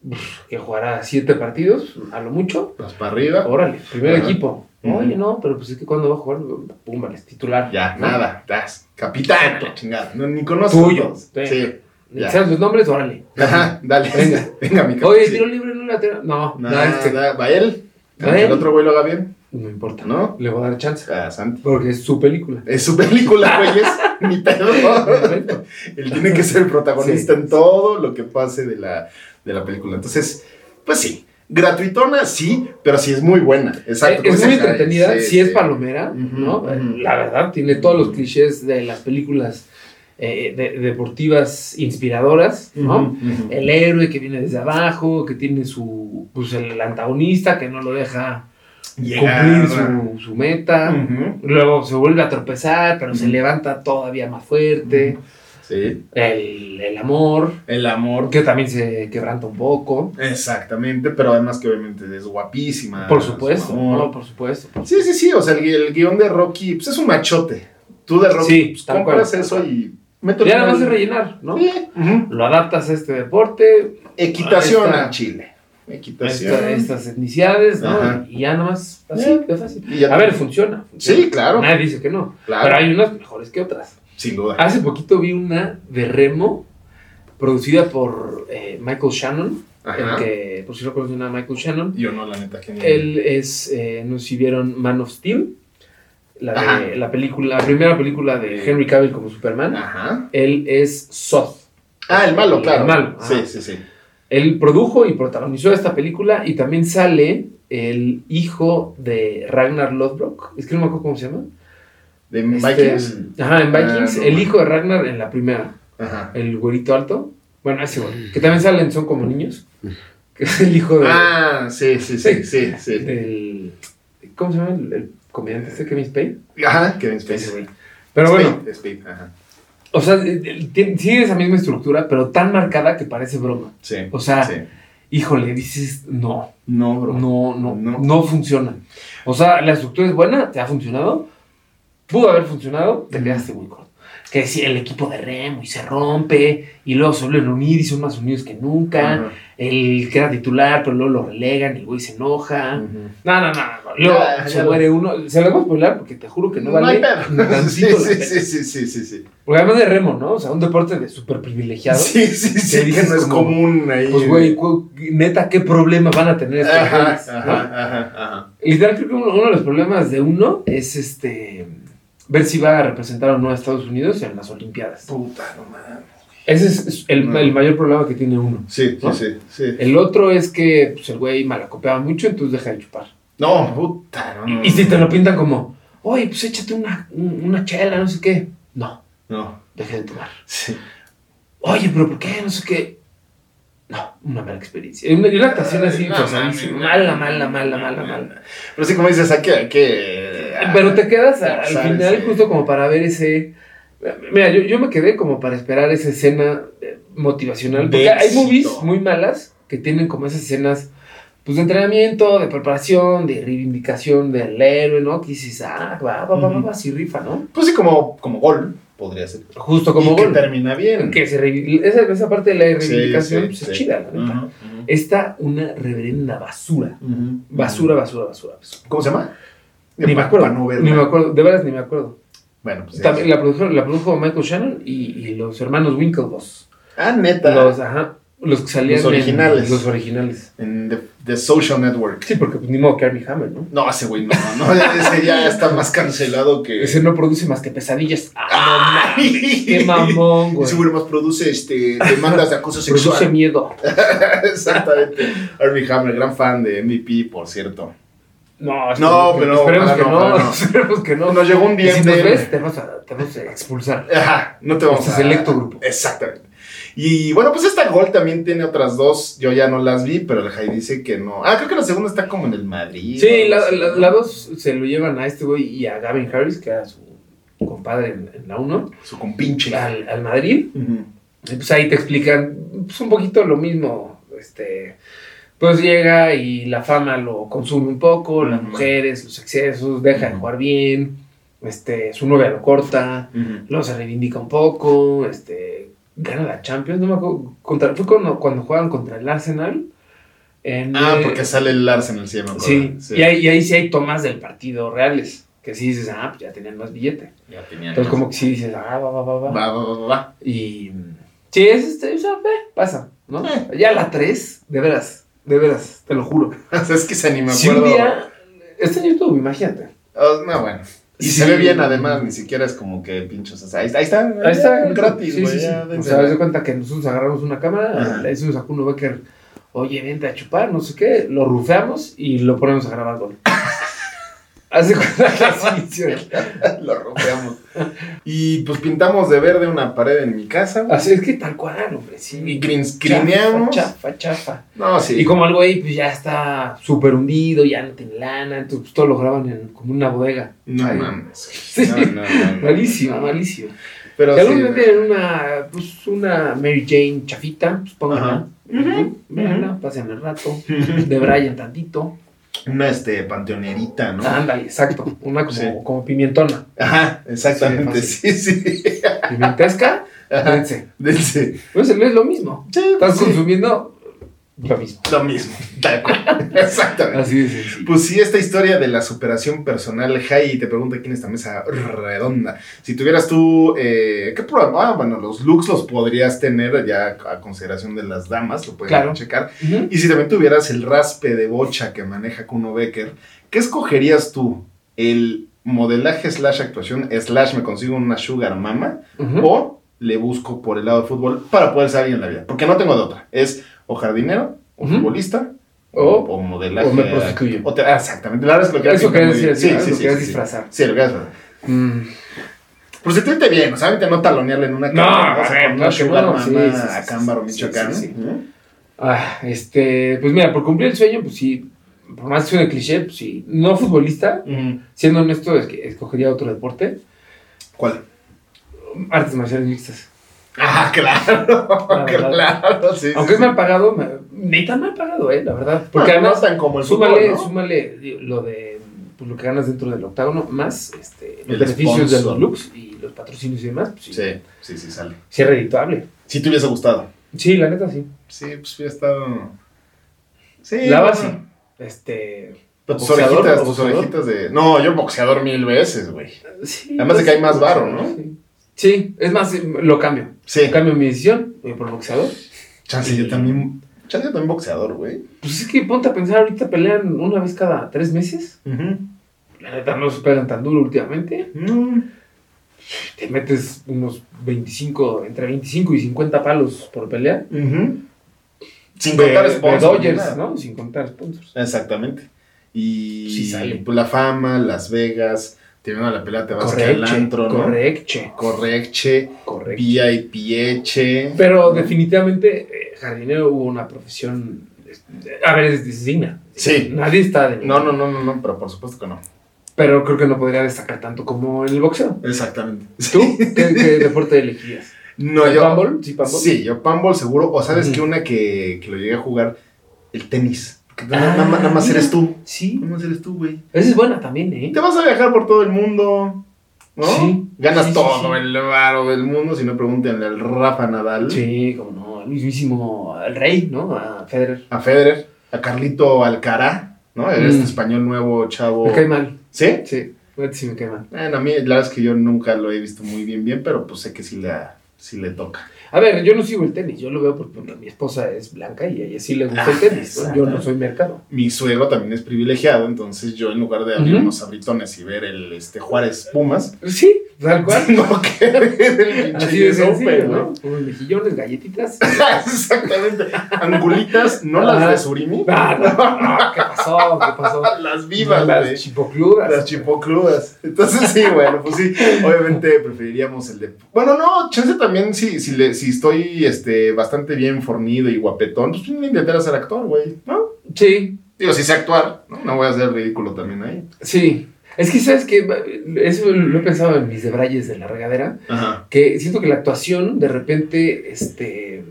[SPEAKER 3] pf, que jugará siete partidos, a lo mucho.
[SPEAKER 2] pasas para arriba.
[SPEAKER 3] Órale, primer
[SPEAKER 2] Ajá.
[SPEAKER 3] equipo.
[SPEAKER 2] Ujú.
[SPEAKER 3] Oye, no, pero pues es que cuando va a jugar, pum, vale, es titular.
[SPEAKER 2] Ya,
[SPEAKER 3] ¿no?
[SPEAKER 2] nada. Das. Capitán. a la chingada. No, ni conozco.
[SPEAKER 3] Tuyo.
[SPEAKER 2] Sí. sí. ya.
[SPEAKER 3] Sean sus nombres, órale.
[SPEAKER 2] Ajá, dale.
[SPEAKER 3] Venga.
[SPEAKER 2] Venga, mi
[SPEAKER 3] Oye,
[SPEAKER 2] sí.
[SPEAKER 3] tiro libre, no lateral. No, no,
[SPEAKER 2] Nada,
[SPEAKER 3] este,
[SPEAKER 2] nada, va él.
[SPEAKER 3] Va él.
[SPEAKER 2] El otro güey lo haga bien.
[SPEAKER 3] no importa,
[SPEAKER 2] ¿No?
[SPEAKER 3] Le voy a dar chance.
[SPEAKER 2] Ah, Santi.
[SPEAKER 3] Porque es su película.
[SPEAKER 2] Es su película, güey. Es mi pedo. Él tiene que ser el protagonista en todo lo que pase de la, de la película. Entonces, pues sí. Gratuitona, sí, pero sí es muy buena. Exacto.
[SPEAKER 3] Eh, es
[SPEAKER 2] como
[SPEAKER 3] muy
[SPEAKER 2] dice Jaime,
[SPEAKER 3] entretenida, sí,
[SPEAKER 2] sí,
[SPEAKER 3] es
[SPEAKER 2] sí.
[SPEAKER 3] palomera,
[SPEAKER 2] Ujú,
[SPEAKER 3] ¿no?
[SPEAKER 2] ujú.
[SPEAKER 3] La verdad, tiene todos los
[SPEAKER 2] Ujú.
[SPEAKER 3] clichés de las películas eh, de- deportivas inspiradoras, ¿no?
[SPEAKER 2] Ujú, ujú.
[SPEAKER 3] El héroe que viene desde abajo, que tiene su, pues el antagonista que no lo deja
[SPEAKER 2] Llegar.
[SPEAKER 3] cumplir su, su meta.
[SPEAKER 2] Ujú.
[SPEAKER 3] Luego se vuelve a tropezar, pero se
[SPEAKER 2] Ujú.
[SPEAKER 3] levanta todavía más fuerte.
[SPEAKER 2] Sí.
[SPEAKER 3] El, el amor,
[SPEAKER 2] El amor.
[SPEAKER 3] que también se quebranta un poco.
[SPEAKER 2] Exactamente, pero además que obviamente es guapísima.
[SPEAKER 3] Por
[SPEAKER 2] Ah, su
[SPEAKER 3] supuesto,
[SPEAKER 2] amor.
[SPEAKER 3] ¿no? Por supuesto. por
[SPEAKER 2] Sí, sí, sí. O sea, el, gui- el guión de Rocky pues, es un machote. Tú de Rocky
[SPEAKER 3] Sí,
[SPEAKER 2] pues,
[SPEAKER 3] tal
[SPEAKER 2] compras
[SPEAKER 3] cual.
[SPEAKER 2] eso y
[SPEAKER 3] supuesto.
[SPEAKER 2] mételo
[SPEAKER 3] Ya
[SPEAKER 2] en
[SPEAKER 3] nada más
[SPEAKER 2] el-
[SPEAKER 3] es rellenar, ¿no?
[SPEAKER 2] Sí. Ujú.
[SPEAKER 3] Lo adaptas a este deporte,
[SPEAKER 2] Equitación
[SPEAKER 3] Ahí está.
[SPEAKER 2] al Chile. Equitación.
[SPEAKER 3] esta- estas etnicidades, ¿no?
[SPEAKER 2] Ajá.
[SPEAKER 3] Y ya nada más, así,
[SPEAKER 2] Sí.
[SPEAKER 3] de fácil.
[SPEAKER 2] Y ya-
[SPEAKER 3] A ver, funciona.
[SPEAKER 2] Sí, claro.
[SPEAKER 3] Nadie dice que no.
[SPEAKER 2] Claro.
[SPEAKER 3] Pero hay Ah, unas mejores que otras.
[SPEAKER 2] Sin duda.
[SPEAKER 3] Hace poquito vi una de remo producida por eh, Michael Shannon.
[SPEAKER 2] Ajá.
[SPEAKER 3] El que, por si no conocen a Michael Shannon,
[SPEAKER 2] Yo no, la neta, que ni-
[SPEAKER 3] él es, eh, no sé si vieron Man of Steel, la,
[SPEAKER 2] Ajá.
[SPEAKER 3] de, la, película, la primera película de Henry Cavill como Superman.
[SPEAKER 2] Ajá.
[SPEAKER 3] Él es Soth.
[SPEAKER 2] Ah, el malo, claro.
[SPEAKER 3] El malo. ajá.
[SPEAKER 2] Sí, sí, sí.
[SPEAKER 3] Él produjo y protagonizó esta película y también sale el hijo de Ragnar Lodbrok. Es que no me acuerdo cómo se llama.
[SPEAKER 2] de
[SPEAKER 3] Este,
[SPEAKER 2] Vikings.
[SPEAKER 3] Ajá, en Vikings.
[SPEAKER 2] Ah, no,
[SPEAKER 3] el
[SPEAKER 2] man.
[SPEAKER 3] hijo de Ragnar en la primera.
[SPEAKER 2] Ajá.
[SPEAKER 3] El güerito alto. Bueno, ese güey. Que también salen, son como niños. Que es el hijo de.
[SPEAKER 2] Ah, sí, sí, sí, sí, sí.
[SPEAKER 3] del- ¿Cómo se llama el, el comediante este Kevin Spade?
[SPEAKER 2] Ajá, Kevin
[SPEAKER 3] Ese
[SPEAKER 2] Spacey.
[SPEAKER 3] güey. Pero bueno,
[SPEAKER 2] Spade, Spade, ajá.
[SPEAKER 3] o sea, el- el- tiene- sigue esa misma estructura, pero tan marcada que parece broma.
[SPEAKER 2] Sí.
[SPEAKER 3] O sea,
[SPEAKER 2] sí.
[SPEAKER 3] Híjole, dices, no,
[SPEAKER 2] no, bro.
[SPEAKER 3] no, no,
[SPEAKER 2] No.
[SPEAKER 3] no, funciona. O sea, la estructura es buena, te ha funcionado, pudo haber funcionado, te quedaste muy corto. Que si el equipo de Remo y se rompe, y luego se vuelven a unir y son más unidos que nunca.
[SPEAKER 2] Ajá.
[SPEAKER 3] El que era titular, pero luego lo relegan, el güey se enoja.
[SPEAKER 2] Ujú.
[SPEAKER 3] No, no, no, no. Luego
[SPEAKER 2] Ya, ya
[SPEAKER 3] se
[SPEAKER 2] lo-
[SPEAKER 3] muere uno. Se lo vamos a spoiler porque te juro que no
[SPEAKER 2] No
[SPEAKER 3] vale.
[SPEAKER 2] hay
[SPEAKER 3] ni
[SPEAKER 2] pedo. Sí,
[SPEAKER 3] tantito la
[SPEAKER 2] sí,
[SPEAKER 3] pena.
[SPEAKER 2] sí, sí, sí, sí, sí.
[SPEAKER 3] Porque además de Remo, ¿no? O sea, un deporte de súper privilegiado.
[SPEAKER 2] Sí, sí, sí, que
[SPEAKER 3] dices
[SPEAKER 2] no es
[SPEAKER 3] como,
[SPEAKER 2] común ahí.
[SPEAKER 3] Pues, güey, cu- neta, ¿qué problema van a tener estos
[SPEAKER 2] Ajá,
[SPEAKER 3] güeyes,
[SPEAKER 2] ajá,
[SPEAKER 3] no?
[SPEAKER 2] ajá, ajá.
[SPEAKER 3] Literal, creo que uno, uno de los problemas de uno es este ver si va a representar o no a Estados Unidos en las Olimpiadas.
[SPEAKER 2] Puta, no mames.
[SPEAKER 3] Ese es, es el, el mayor problema que tiene uno.
[SPEAKER 2] Sí, sí,
[SPEAKER 3] ¿No?
[SPEAKER 2] sí, sí.
[SPEAKER 3] El otro es que pues, el güey malacopeaba mucho, entonces deja de chupar.
[SPEAKER 2] No, puta, no. no,
[SPEAKER 3] Y si te
[SPEAKER 2] no.
[SPEAKER 3] lo pintan como, oye, pues échate una, un- una chela, no sé qué. No,
[SPEAKER 2] No,
[SPEAKER 3] deja de tomar.
[SPEAKER 2] sí.
[SPEAKER 3] Oye, pero ¿por qué? No sé qué. No, una mala experiencia. Y una, y una actuación así,
[SPEAKER 2] No,
[SPEAKER 3] pues,
[SPEAKER 2] mames,
[SPEAKER 3] malísima.
[SPEAKER 2] no,
[SPEAKER 3] mala,
[SPEAKER 2] no,
[SPEAKER 3] mala,
[SPEAKER 2] no,
[SPEAKER 3] mala,
[SPEAKER 2] no,
[SPEAKER 3] mala,
[SPEAKER 2] no,
[SPEAKER 3] mala.
[SPEAKER 2] Pero sí, como dices, aquí, que
[SPEAKER 3] Pero te quedas a- al
[SPEAKER 2] ¿sabes?
[SPEAKER 3] final
[SPEAKER 2] Sí.
[SPEAKER 3] justo como para ver ese... Mira, yo, yo me quedé como para esperar esa escena eh, motivacional.
[SPEAKER 2] De
[SPEAKER 3] Porque hay
[SPEAKER 2] éxito.
[SPEAKER 3] movies muy malas que tienen como esas escenas pues, de entrenamiento, de preparación, de reivindicación del héroe, ¿no? Que dices, ah, va, va, va, va, va, sí rifa, ¿no?
[SPEAKER 2] Pues sí, como, como gol, podría ser.
[SPEAKER 3] Justo
[SPEAKER 2] y
[SPEAKER 3] como
[SPEAKER 2] que
[SPEAKER 3] gol.
[SPEAKER 2] termina bien.
[SPEAKER 3] Que se reivi- esa, esa parte de la
[SPEAKER 2] Sí,
[SPEAKER 3] reivindicación
[SPEAKER 2] sí,
[SPEAKER 3] pues,
[SPEAKER 2] sí.
[SPEAKER 3] es chida, la neta.
[SPEAKER 2] Ujú,
[SPEAKER 3] Está una reverenda basura.
[SPEAKER 2] ujú, ujú.
[SPEAKER 3] Basura, basura, basura. basura.
[SPEAKER 2] ¿Cómo se llama? Eh,
[SPEAKER 3] Ni me
[SPEAKER 2] Pa-
[SPEAKER 3] acuerdo.
[SPEAKER 2] pa' no verla.
[SPEAKER 3] ni me acuerdo. De veras, ni me acuerdo.
[SPEAKER 2] Bueno, pues.
[SPEAKER 3] También
[SPEAKER 2] sí.
[SPEAKER 3] la, produjeron- la produjo Michael Shannon y, y los hermanos Winklevoss.
[SPEAKER 2] Ah, neta.
[SPEAKER 3] Los, ajá, los que salían.
[SPEAKER 2] Los
[SPEAKER 3] en-
[SPEAKER 2] originales.
[SPEAKER 3] los originales.
[SPEAKER 2] En the, The Social Network.
[SPEAKER 3] Sí, porque pues, ni modo que Armie Hammer, ¿no?
[SPEAKER 2] No, ese güey no, no, ese ya está más cancelado que.
[SPEAKER 3] Ese no produce más que pesadillas. ¡Ah, no mames!
[SPEAKER 2] ¡Ay!
[SPEAKER 3] ¡Qué mamón, güey!
[SPEAKER 2] Ese güey más produce este, demandas de acoso
[SPEAKER 3] Produce
[SPEAKER 2] sexual.
[SPEAKER 3] miedo.
[SPEAKER 2] Exactamente. Armie Hammer, gran fan de MVP, por cierto.
[SPEAKER 3] No,
[SPEAKER 2] No, pero
[SPEAKER 3] esperemos
[SPEAKER 2] ojalá no,
[SPEAKER 3] que no,
[SPEAKER 2] ojalá no.
[SPEAKER 3] esperemos que no.
[SPEAKER 2] Nos llegó un Ah,
[SPEAKER 3] Y si
[SPEAKER 2] DM
[SPEAKER 3] nos
[SPEAKER 2] de él.
[SPEAKER 3] ves, te vas a, te vas a expulsar.
[SPEAKER 2] Ajá, no te vamos
[SPEAKER 3] Este
[SPEAKER 2] a...
[SPEAKER 3] selecto grupo.
[SPEAKER 2] Exactamente. Y bueno, pues esta Gol también tiene otras dos. Yo ya no las vi, pero el Jai dice que no. Ah, creo que la segunda está como en el Madrid.
[SPEAKER 3] Sí,
[SPEAKER 2] o algo
[SPEAKER 3] la,
[SPEAKER 2] así,
[SPEAKER 3] la,
[SPEAKER 2] ¿no?
[SPEAKER 3] la dos se lo llevan a este güey y a Gavin Harris, que era su compadre en, en la 1,
[SPEAKER 2] Su compinche.
[SPEAKER 3] al, al Madrid.
[SPEAKER 2] Ujú.
[SPEAKER 3] Y, pues ahí te explican pues, un poquito lo mismo. Este, pues llega y la fama lo consume un poco, las
[SPEAKER 2] Ujú.
[SPEAKER 3] mujeres, los excesos, deja de jugar bien, este, su novia lo corta,
[SPEAKER 2] Ujú.
[SPEAKER 3] luego se reivindica un poco, este, gana la Champions, no me acuerdo, contra, fue cuando, cuando juegan contra el Arsenal. en,
[SPEAKER 2] Ah,
[SPEAKER 3] eh,
[SPEAKER 2] porque sale el Arsenal, sí, me acuerdo.
[SPEAKER 3] Sí, Y, ahí, y ahí sí hay tomas del partido reales, que sí dices, ah, pues ya tenían más billete.
[SPEAKER 2] Ya tenía
[SPEAKER 3] Entonces
[SPEAKER 2] más.
[SPEAKER 3] como que sí dices, ah, va, va, va, va.
[SPEAKER 2] Va, va, va, va.
[SPEAKER 3] Y. mm, Sí, es este. O sea, ve, pasa, ¿no?
[SPEAKER 2] Eh.
[SPEAKER 3] Ya la 3, de veras, de veras, te lo juro.
[SPEAKER 2] O sea, es que se ni me
[SPEAKER 3] si un
[SPEAKER 2] acuerdo.
[SPEAKER 3] día. Está en YouTube, imagínate.
[SPEAKER 2] Oh, no, bueno. Y
[SPEAKER 3] Sí.
[SPEAKER 2] se ve bien, además, ni siquiera es como que pinchos. o sea, ahí, ahí Ah, está.
[SPEAKER 3] Ahí está.
[SPEAKER 2] ya, gratis,
[SPEAKER 3] sí,
[SPEAKER 2] güey.
[SPEAKER 3] sí, sí.
[SPEAKER 2] ya,
[SPEAKER 3] O
[SPEAKER 2] dense.
[SPEAKER 3] sea, haz de cuenta que nosotros agarramos una cámara,
[SPEAKER 2] Ajá.
[SPEAKER 3] le decimos a Kuno Becker, oye, vente a chupar, no sé qué, lo rufeamos y lo ponemos a grabar gol. haz de cuenta que así hicieron.
[SPEAKER 2] Lo rompeamos. y pues pintamos de verde una pared en mi casa. güey.
[SPEAKER 3] Así es que tal cual, hombre, sí.
[SPEAKER 2] Y green screeneamos.
[SPEAKER 3] Chafa, chafa, chafa.
[SPEAKER 2] No, sí.
[SPEAKER 3] Ah, Y como el güey pues, ya está súper hundido, ya no tiene lana, entonces pues, todo lo graban en como una bodega.
[SPEAKER 2] No
[SPEAKER 3] Ahí.
[SPEAKER 2] mames.
[SPEAKER 3] Sí.
[SPEAKER 2] No, no, no, no.
[SPEAKER 3] Malísima, malísima.
[SPEAKER 2] Pero sí.
[SPEAKER 3] Y
[SPEAKER 2] eh.
[SPEAKER 3] algunos tienen una, pues, una Mary Jane chafita, pues pónganla. Ujú, véanla, pasen el rato. De Brian tantito.
[SPEAKER 2] Una este, panteonerita, ¿no?
[SPEAKER 3] Ah, Ándale, exacto. Una como,
[SPEAKER 2] Sí.
[SPEAKER 3] como pimentona.
[SPEAKER 2] Ajá, exactamente. Sí,
[SPEAKER 3] Sí,
[SPEAKER 2] sí.
[SPEAKER 3] Pimentesca,
[SPEAKER 2] Ajá.
[SPEAKER 3] dense.
[SPEAKER 2] Dense.
[SPEAKER 3] Pues es lo mismo.
[SPEAKER 2] Sí,
[SPEAKER 3] Estás
[SPEAKER 2] sí.
[SPEAKER 3] consumiendo lo mismo.
[SPEAKER 2] Lo mismo. Tal cual. Exactamente.
[SPEAKER 3] Así de sencillo.
[SPEAKER 2] Pues sí, esta historia de la superación personal, Jai, te pregunta aquí en esta mesa redonda. Si tuvieras tú, eh, ¿qué programa? Ah, bueno, los looks los podrías tener ya a consideración de las damas, lo pueden
[SPEAKER 3] Claro.
[SPEAKER 2] checar.
[SPEAKER 3] Ujú.
[SPEAKER 2] Y si también tuvieras el raspe de bocha que maneja Kuno Becker, ¿qué escogerías tú? ¿El modelaje slash actuación slash me consigo una sugar mama?
[SPEAKER 3] Ujú.
[SPEAKER 2] ¿O le busco por el lado del fútbol para poder salir en la vida? Porque no tengo de otra. Es o jardinero, o
[SPEAKER 3] Ujú.
[SPEAKER 2] futbolista,
[SPEAKER 3] O-
[SPEAKER 2] o modelaje.
[SPEAKER 3] o me prostituyo.
[SPEAKER 2] o te- ah, exactamente. La verdad es que lo que
[SPEAKER 3] Eso
[SPEAKER 2] querías
[SPEAKER 3] querías
[SPEAKER 2] pintar muy
[SPEAKER 3] decir,
[SPEAKER 2] bien.
[SPEAKER 3] ¿no? Lo querías
[SPEAKER 2] sí,
[SPEAKER 3] disfrazar.
[SPEAKER 2] Sí, lo querías disfrazar.
[SPEAKER 3] Mm,
[SPEAKER 2] Pero se trate bien, o sea, ahorita no talonearle en una
[SPEAKER 3] No,
[SPEAKER 2] cámara, vas
[SPEAKER 3] a ver,
[SPEAKER 2] con
[SPEAKER 3] no,
[SPEAKER 2] una
[SPEAKER 3] que
[SPEAKER 2] sugar
[SPEAKER 3] no,
[SPEAKER 2] mama
[SPEAKER 3] sí, sí, sí,
[SPEAKER 2] a
[SPEAKER 3] sí,
[SPEAKER 2] Cámbaro,
[SPEAKER 3] sí, sí,
[SPEAKER 2] Michoacán.
[SPEAKER 3] sí, sí.
[SPEAKER 2] ¿no?
[SPEAKER 3] ah, este, pues mira, por cumplir el sueño, pues sí, por más que suene cliché, pues sí, no futbolista,
[SPEAKER 2] Ujú.
[SPEAKER 3] siendo honesto, es que escogería otro deporte,
[SPEAKER 2] ¿Cuál?
[SPEAKER 3] artes marciales mixtas.
[SPEAKER 2] Ah, claro,
[SPEAKER 3] La verdad.
[SPEAKER 2] claro, sí. sí,
[SPEAKER 3] Aunque es mal pagado, me, neta mal pagado, eh, la verdad.
[SPEAKER 2] Bueno,
[SPEAKER 3] Porque además,
[SPEAKER 2] no tan como el
[SPEAKER 3] súmale,
[SPEAKER 2] fútbol, ¿no?
[SPEAKER 3] súmale digo, lo de pues, lo que ganas dentro del octágono, más este, los
[SPEAKER 2] El
[SPEAKER 3] beneficios de
[SPEAKER 2] sponsor.
[SPEAKER 3] los looks y los patrocinios y demás, pues sí, sí.
[SPEAKER 2] Sí, sí, sí, sale.
[SPEAKER 3] es redituable.
[SPEAKER 2] Si te hubiese gustado.
[SPEAKER 3] Sí, la neta sí.
[SPEAKER 2] Sí, pues hubiera estado. Sí.
[SPEAKER 3] la
[SPEAKER 2] bueno.
[SPEAKER 3] base, este...
[SPEAKER 2] Pero tus
[SPEAKER 3] boxeador,
[SPEAKER 2] orejitas, tus
[SPEAKER 3] boxeador.
[SPEAKER 2] orejitas de. No, yo boxeador mil veces, güey.
[SPEAKER 3] Sí,
[SPEAKER 2] Además de que hay más varo, ¿no?
[SPEAKER 3] Sí. Sí, es más, eh, lo cambio.
[SPEAKER 2] Sí.
[SPEAKER 3] Cambio mi decisión eh, por boxeador.
[SPEAKER 2] Chance, yo también. Chance, yo también boxeador, güey.
[SPEAKER 3] Pues es que ponte a pensar, ahorita pelean una vez cada tres meses. La neta no se pegan tan duro últimamente.
[SPEAKER 2] Mm.
[SPEAKER 3] Te metes unos 25, entre 25 y 50 palos por pelea.
[SPEAKER 2] Ujú. Sin
[SPEAKER 3] De-
[SPEAKER 2] contar
[SPEAKER 3] de
[SPEAKER 2] sponsors. ni
[SPEAKER 3] Dodgers,
[SPEAKER 2] nada.
[SPEAKER 3] ¿no? Sin contar sponsors.
[SPEAKER 2] Exactamente. Y
[SPEAKER 3] Sí sale.
[SPEAKER 2] pues, la fama, Las Vegas, terminando la pelea, te vas que al antro, ¿no?
[SPEAKER 3] correcche,
[SPEAKER 2] Correcche,
[SPEAKER 3] correcche.
[SPEAKER 2] VIPeche.
[SPEAKER 3] Pero definitivamente, eh, jardinero hubo una profesión. eh, A ver, es digna.
[SPEAKER 2] Sí.
[SPEAKER 3] Nadie está de
[SPEAKER 2] No, no, no, no, no, pero por supuesto que no.
[SPEAKER 3] Pero creo que no podría destacar tanto como en el boxeo.
[SPEAKER 2] Exactamente.
[SPEAKER 3] ¿Tú qué, qué deporte elegirías?
[SPEAKER 2] No,
[SPEAKER 3] ¿El
[SPEAKER 2] yo.
[SPEAKER 3] pambol? ¿Sí, pambol?
[SPEAKER 2] Sí, yo Pambol seguro. O sabes
[SPEAKER 3] Ujú.
[SPEAKER 2] que una que, que lo llegué a jugar, el tenis. Porque
[SPEAKER 3] Ah,
[SPEAKER 2] nada, nada más- nada más
[SPEAKER 3] mira.
[SPEAKER 2] eres tú.
[SPEAKER 3] Sí.
[SPEAKER 2] Nada más eres tú, güey.
[SPEAKER 3] Esa es buena también, ¿eh?
[SPEAKER 2] Te vas a viajar por todo el mundo, ¿no?
[SPEAKER 3] Sí.
[SPEAKER 2] Ganas
[SPEAKER 3] Sí, sí,
[SPEAKER 2] todo
[SPEAKER 3] sí.
[SPEAKER 2] el varo del mundo, si no pregúntenle al Rafa Nadal,
[SPEAKER 3] Sí, como no, al mismísimo al rey, ¿no? A Federer.
[SPEAKER 2] a Federer, a Carlito Alcará, ¿no? Este
[SPEAKER 3] Mm.
[SPEAKER 2] español nuevo, chavo.
[SPEAKER 3] Me cae mal.
[SPEAKER 2] ¿Sí?
[SPEAKER 3] Sí, sí me cae mal.
[SPEAKER 2] Bueno, a mí la verdad es que yo nunca lo he visto muy bien, bien, pero pues sé que sí le, sí le toca.
[SPEAKER 3] A ver, yo no sigo el tenis, yo lo veo porque mi esposa es blanca y a ella sí le gusta el tenis. ¿no? Yo no soy mercado.
[SPEAKER 2] Mi suegro también es privilegiado, entonces yo en lugar de abrir
[SPEAKER 3] Ujú.
[SPEAKER 2] unos abritones y ver el este, Juárez Pumas,
[SPEAKER 3] Sí, tal cual.
[SPEAKER 2] tengo que ver el pinche
[SPEAKER 3] Así de
[SPEAKER 2] US
[SPEAKER 3] sencillo,
[SPEAKER 2] Open,
[SPEAKER 3] ¿no?
[SPEAKER 2] ¿no?
[SPEAKER 3] Unos mejillones, galletitas.
[SPEAKER 2] Exactamente. Angulitas, no las
[SPEAKER 3] Ajá.
[SPEAKER 2] de Surimi.
[SPEAKER 3] Ah, no, no, ¿qué pasó? ¿Qué pasó?
[SPEAKER 2] Las vivas, güey.
[SPEAKER 3] Las chipocludas.
[SPEAKER 2] Las chipocludas. Entonces, sí, bueno, pues sí. Obviamente preferiríamos el de. Bueno, no, chance también si, si, le, si estoy este, bastante bien fornido y guapetón, pues me intentaré ser actor, güey, ¿no?
[SPEAKER 3] Sí,
[SPEAKER 2] Digo, si sé actuar, ¿no? No voy a ser ridículo también ahí.
[SPEAKER 3] Sí. Es que, ¿sabes que Eso lo he pensado en mis debrayes de la regadera.
[SPEAKER 2] Ajá.
[SPEAKER 3] Que siento que la actuación, de repente, este...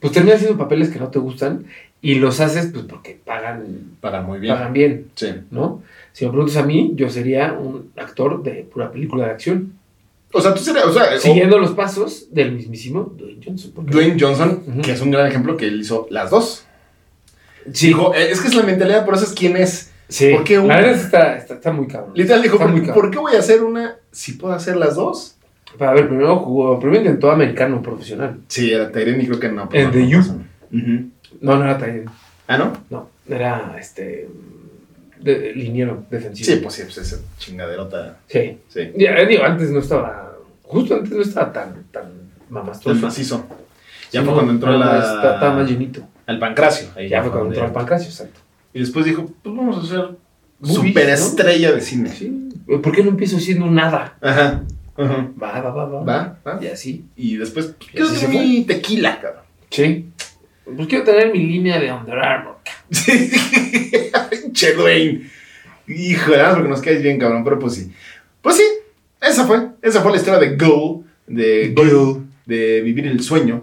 [SPEAKER 3] Pues termina haciendo papeles que no te gustan y los haces, pues, porque pagan,
[SPEAKER 2] Para muy
[SPEAKER 3] pagan bien,
[SPEAKER 2] Sí.
[SPEAKER 3] ¿no? Si me preguntas a mí, yo sería un actor de pura película de acción.
[SPEAKER 2] O sea, tú serías. O sea, o-
[SPEAKER 3] Siguiendo los pasos del mismísimo Dwayne Johnson. porque-
[SPEAKER 2] Dwayne Johnson,
[SPEAKER 3] Ujú.
[SPEAKER 2] que es un gran ejemplo que él hizo las dos.
[SPEAKER 3] Sí,
[SPEAKER 2] Dijo, "Eh, es que es la mentalidad, por eso es quién es.
[SPEAKER 3] sí.
[SPEAKER 2] ¿por qué uno?
[SPEAKER 3] La verdad es que está, está, está muy cabrón.
[SPEAKER 2] Literal dijo,
[SPEAKER 3] Está muy
[SPEAKER 2] ¿por,
[SPEAKER 3] cabrón.
[SPEAKER 2] por qué voy a hacer una si puedo hacer las dos?
[SPEAKER 3] Pero, a ver, primero jugó, primero intentó americano profesional.
[SPEAKER 2] Sí, era Tyrene y creo que no.
[SPEAKER 3] El
[SPEAKER 2] pero
[SPEAKER 3] de
[SPEAKER 2] no
[SPEAKER 3] You.
[SPEAKER 2] pasó. Ujú.
[SPEAKER 3] No, no era tan...
[SPEAKER 2] Ah, ¿no?
[SPEAKER 3] No, era este de, liniero defensivo.
[SPEAKER 2] Sí, pues sí, pues esa chingaderota.
[SPEAKER 3] Sí.
[SPEAKER 2] Sí.
[SPEAKER 3] Ya, eh, digo, antes no estaba. Justo antes no estaba tan, tan
[SPEAKER 2] El
[SPEAKER 3] mamastoso.
[SPEAKER 2] macizo. Ya
[SPEAKER 3] Pues Sí,
[SPEAKER 2] fue
[SPEAKER 3] no,
[SPEAKER 2] cuando entró
[SPEAKER 3] nada
[SPEAKER 2] la-
[SPEAKER 3] más está- Estaba más llenito.
[SPEAKER 2] al pancracio. Ahí
[SPEAKER 3] Ya fue
[SPEAKER 2] cuando
[SPEAKER 3] cuando entró al
[SPEAKER 2] pancracio.
[SPEAKER 3] pancracio, exacto.
[SPEAKER 2] Y después dijo, pues vamos a hacer
[SPEAKER 3] Movies,
[SPEAKER 2] superestrella de
[SPEAKER 3] ¿no?
[SPEAKER 2] cine.
[SPEAKER 3] Sí. ¿Por qué no empiezo siendo nada?
[SPEAKER 2] Ajá. ajá.
[SPEAKER 3] Va, va, va, va.
[SPEAKER 2] Va, va.
[SPEAKER 3] Y así.
[SPEAKER 2] Y después, pues,
[SPEAKER 3] Y así
[SPEAKER 2] quiero
[SPEAKER 3] se
[SPEAKER 2] tener mi tequila, cabrón.
[SPEAKER 3] Sí. Pues quiero tener mi línea de Under Armour.
[SPEAKER 2] Sí. che, Dwayne. Hijo, nada más porque nos caes bien, cabrón, pero pues sí. Pues sí, esa fue. Esa fue la historia de Goal, de Goal, de vivir el sueño,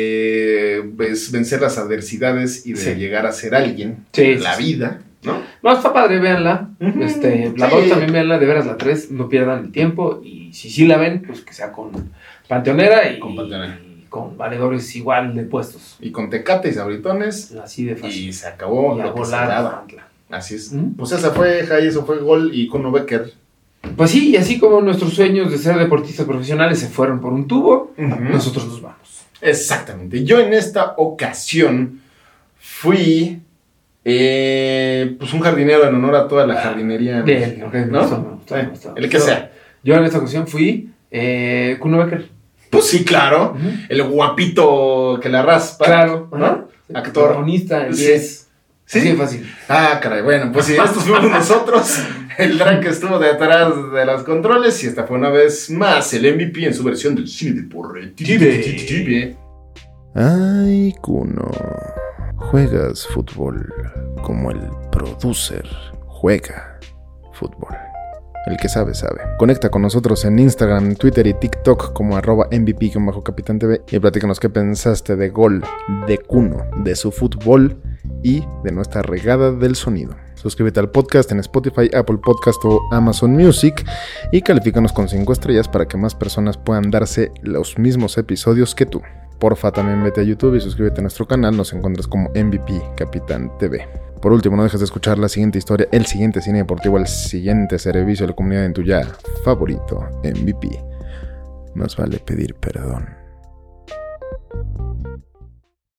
[SPEAKER 2] de pues, vencer las adversidades y de
[SPEAKER 3] Sí.
[SPEAKER 2] llegar a ser alguien
[SPEAKER 3] Sí,
[SPEAKER 2] en
[SPEAKER 3] sí,
[SPEAKER 2] la
[SPEAKER 3] sí.
[SPEAKER 2] vida, ¿no?
[SPEAKER 3] No, está padre, véanla.
[SPEAKER 2] Ujú,
[SPEAKER 3] este, la
[SPEAKER 2] sí.
[SPEAKER 3] 2 también véanla, de veras la 3, no pierdan el tiempo. Y si sí la ven, pues que sea con Panteonera y
[SPEAKER 2] Con Panteonera.
[SPEAKER 3] y con valedores igual de puestos.
[SPEAKER 2] Y con tecate y sabritones.
[SPEAKER 3] Así de fácil.
[SPEAKER 2] Y se acabó
[SPEAKER 3] Y a
[SPEAKER 2] lo que se
[SPEAKER 3] volar ¿Mm? a
[SPEAKER 2] daba.
[SPEAKER 3] Pantla.
[SPEAKER 2] Así es.
[SPEAKER 3] Ujú.
[SPEAKER 2] Pues esa fue, Jai, eso fue Gol y Kuno Becker.
[SPEAKER 3] Pues sí, y así como nuestros sueños de ser deportistas profesionales se fueron por un tubo,
[SPEAKER 2] Nos-
[SPEAKER 3] nosotros nos vamos.
[SPEAKER 2] Exactamente. Yo en esta ocasión fui eh, pues un jardinero en honor a toda la jardinería.
[SPEAKER 3] Bien, ok, me
[SPEAKER 2] ¿No?
[SPEAKER 3] gustó, me gustó, me
[SPEAKER 2] Eh,
[SPEAKER 3] gustó.
[SPEAKER 2] el que
[SPEAKER 3] Yo-
[SPEAKER 2] sea.
[SPEAKER 3] Yo en esta ocasión fui eh, Kuno Becker.
[SPEAKER 2] Pues sí, claro.
[SPEAKER 3] Ujú.
[SPEAKER 2] El guapito que la raspa.
[SPEAKER 3] Claro,
[SPEAKER 2] ¿no?
[SPEAKER 3] ajá.
[SPEAKER 2] Actor.
[SPEAKER 3] Protagonista, el
[SPEAKER 2] Sí.
[SPEAKER 3] 10.
[SPEAKER 4] Así de fácil.
[SPEAKER 3] Ah, caray, bueno, pues sí, estos fuimos nosotros. El drag que estuvo detrás de los controles y esta fue una vez más el MVP en su versión del cine deportivo.
[SPEAKER 2] Ay, Kuno. Juegas fútbol como el producer juega fútbol. El que sabe, sabe. Conecta con nosotros en Instagram, Twitter y TikTok como arroba MVP-Capitán TV y platícanos qué pensaste de gol, de Kuno, de su fútbol y de nuestra regada del sonido. Suscríbete al podcast en Spotify, Apple Podcast o Amazon Music y califícanos con 5 estrellas para que más personas puedan darse los mismos episodios que tú. Porfa, también vete a YouTube y suscríbete a nuestro canal, nos encuentras como MVP Capitán TV. Por último, no dejes de escuchar la siguiente historia, el siguiente cine deportivo, el siguiente servicio de la comunidad en tu ya favorito MVP. Más vale pedir perdón.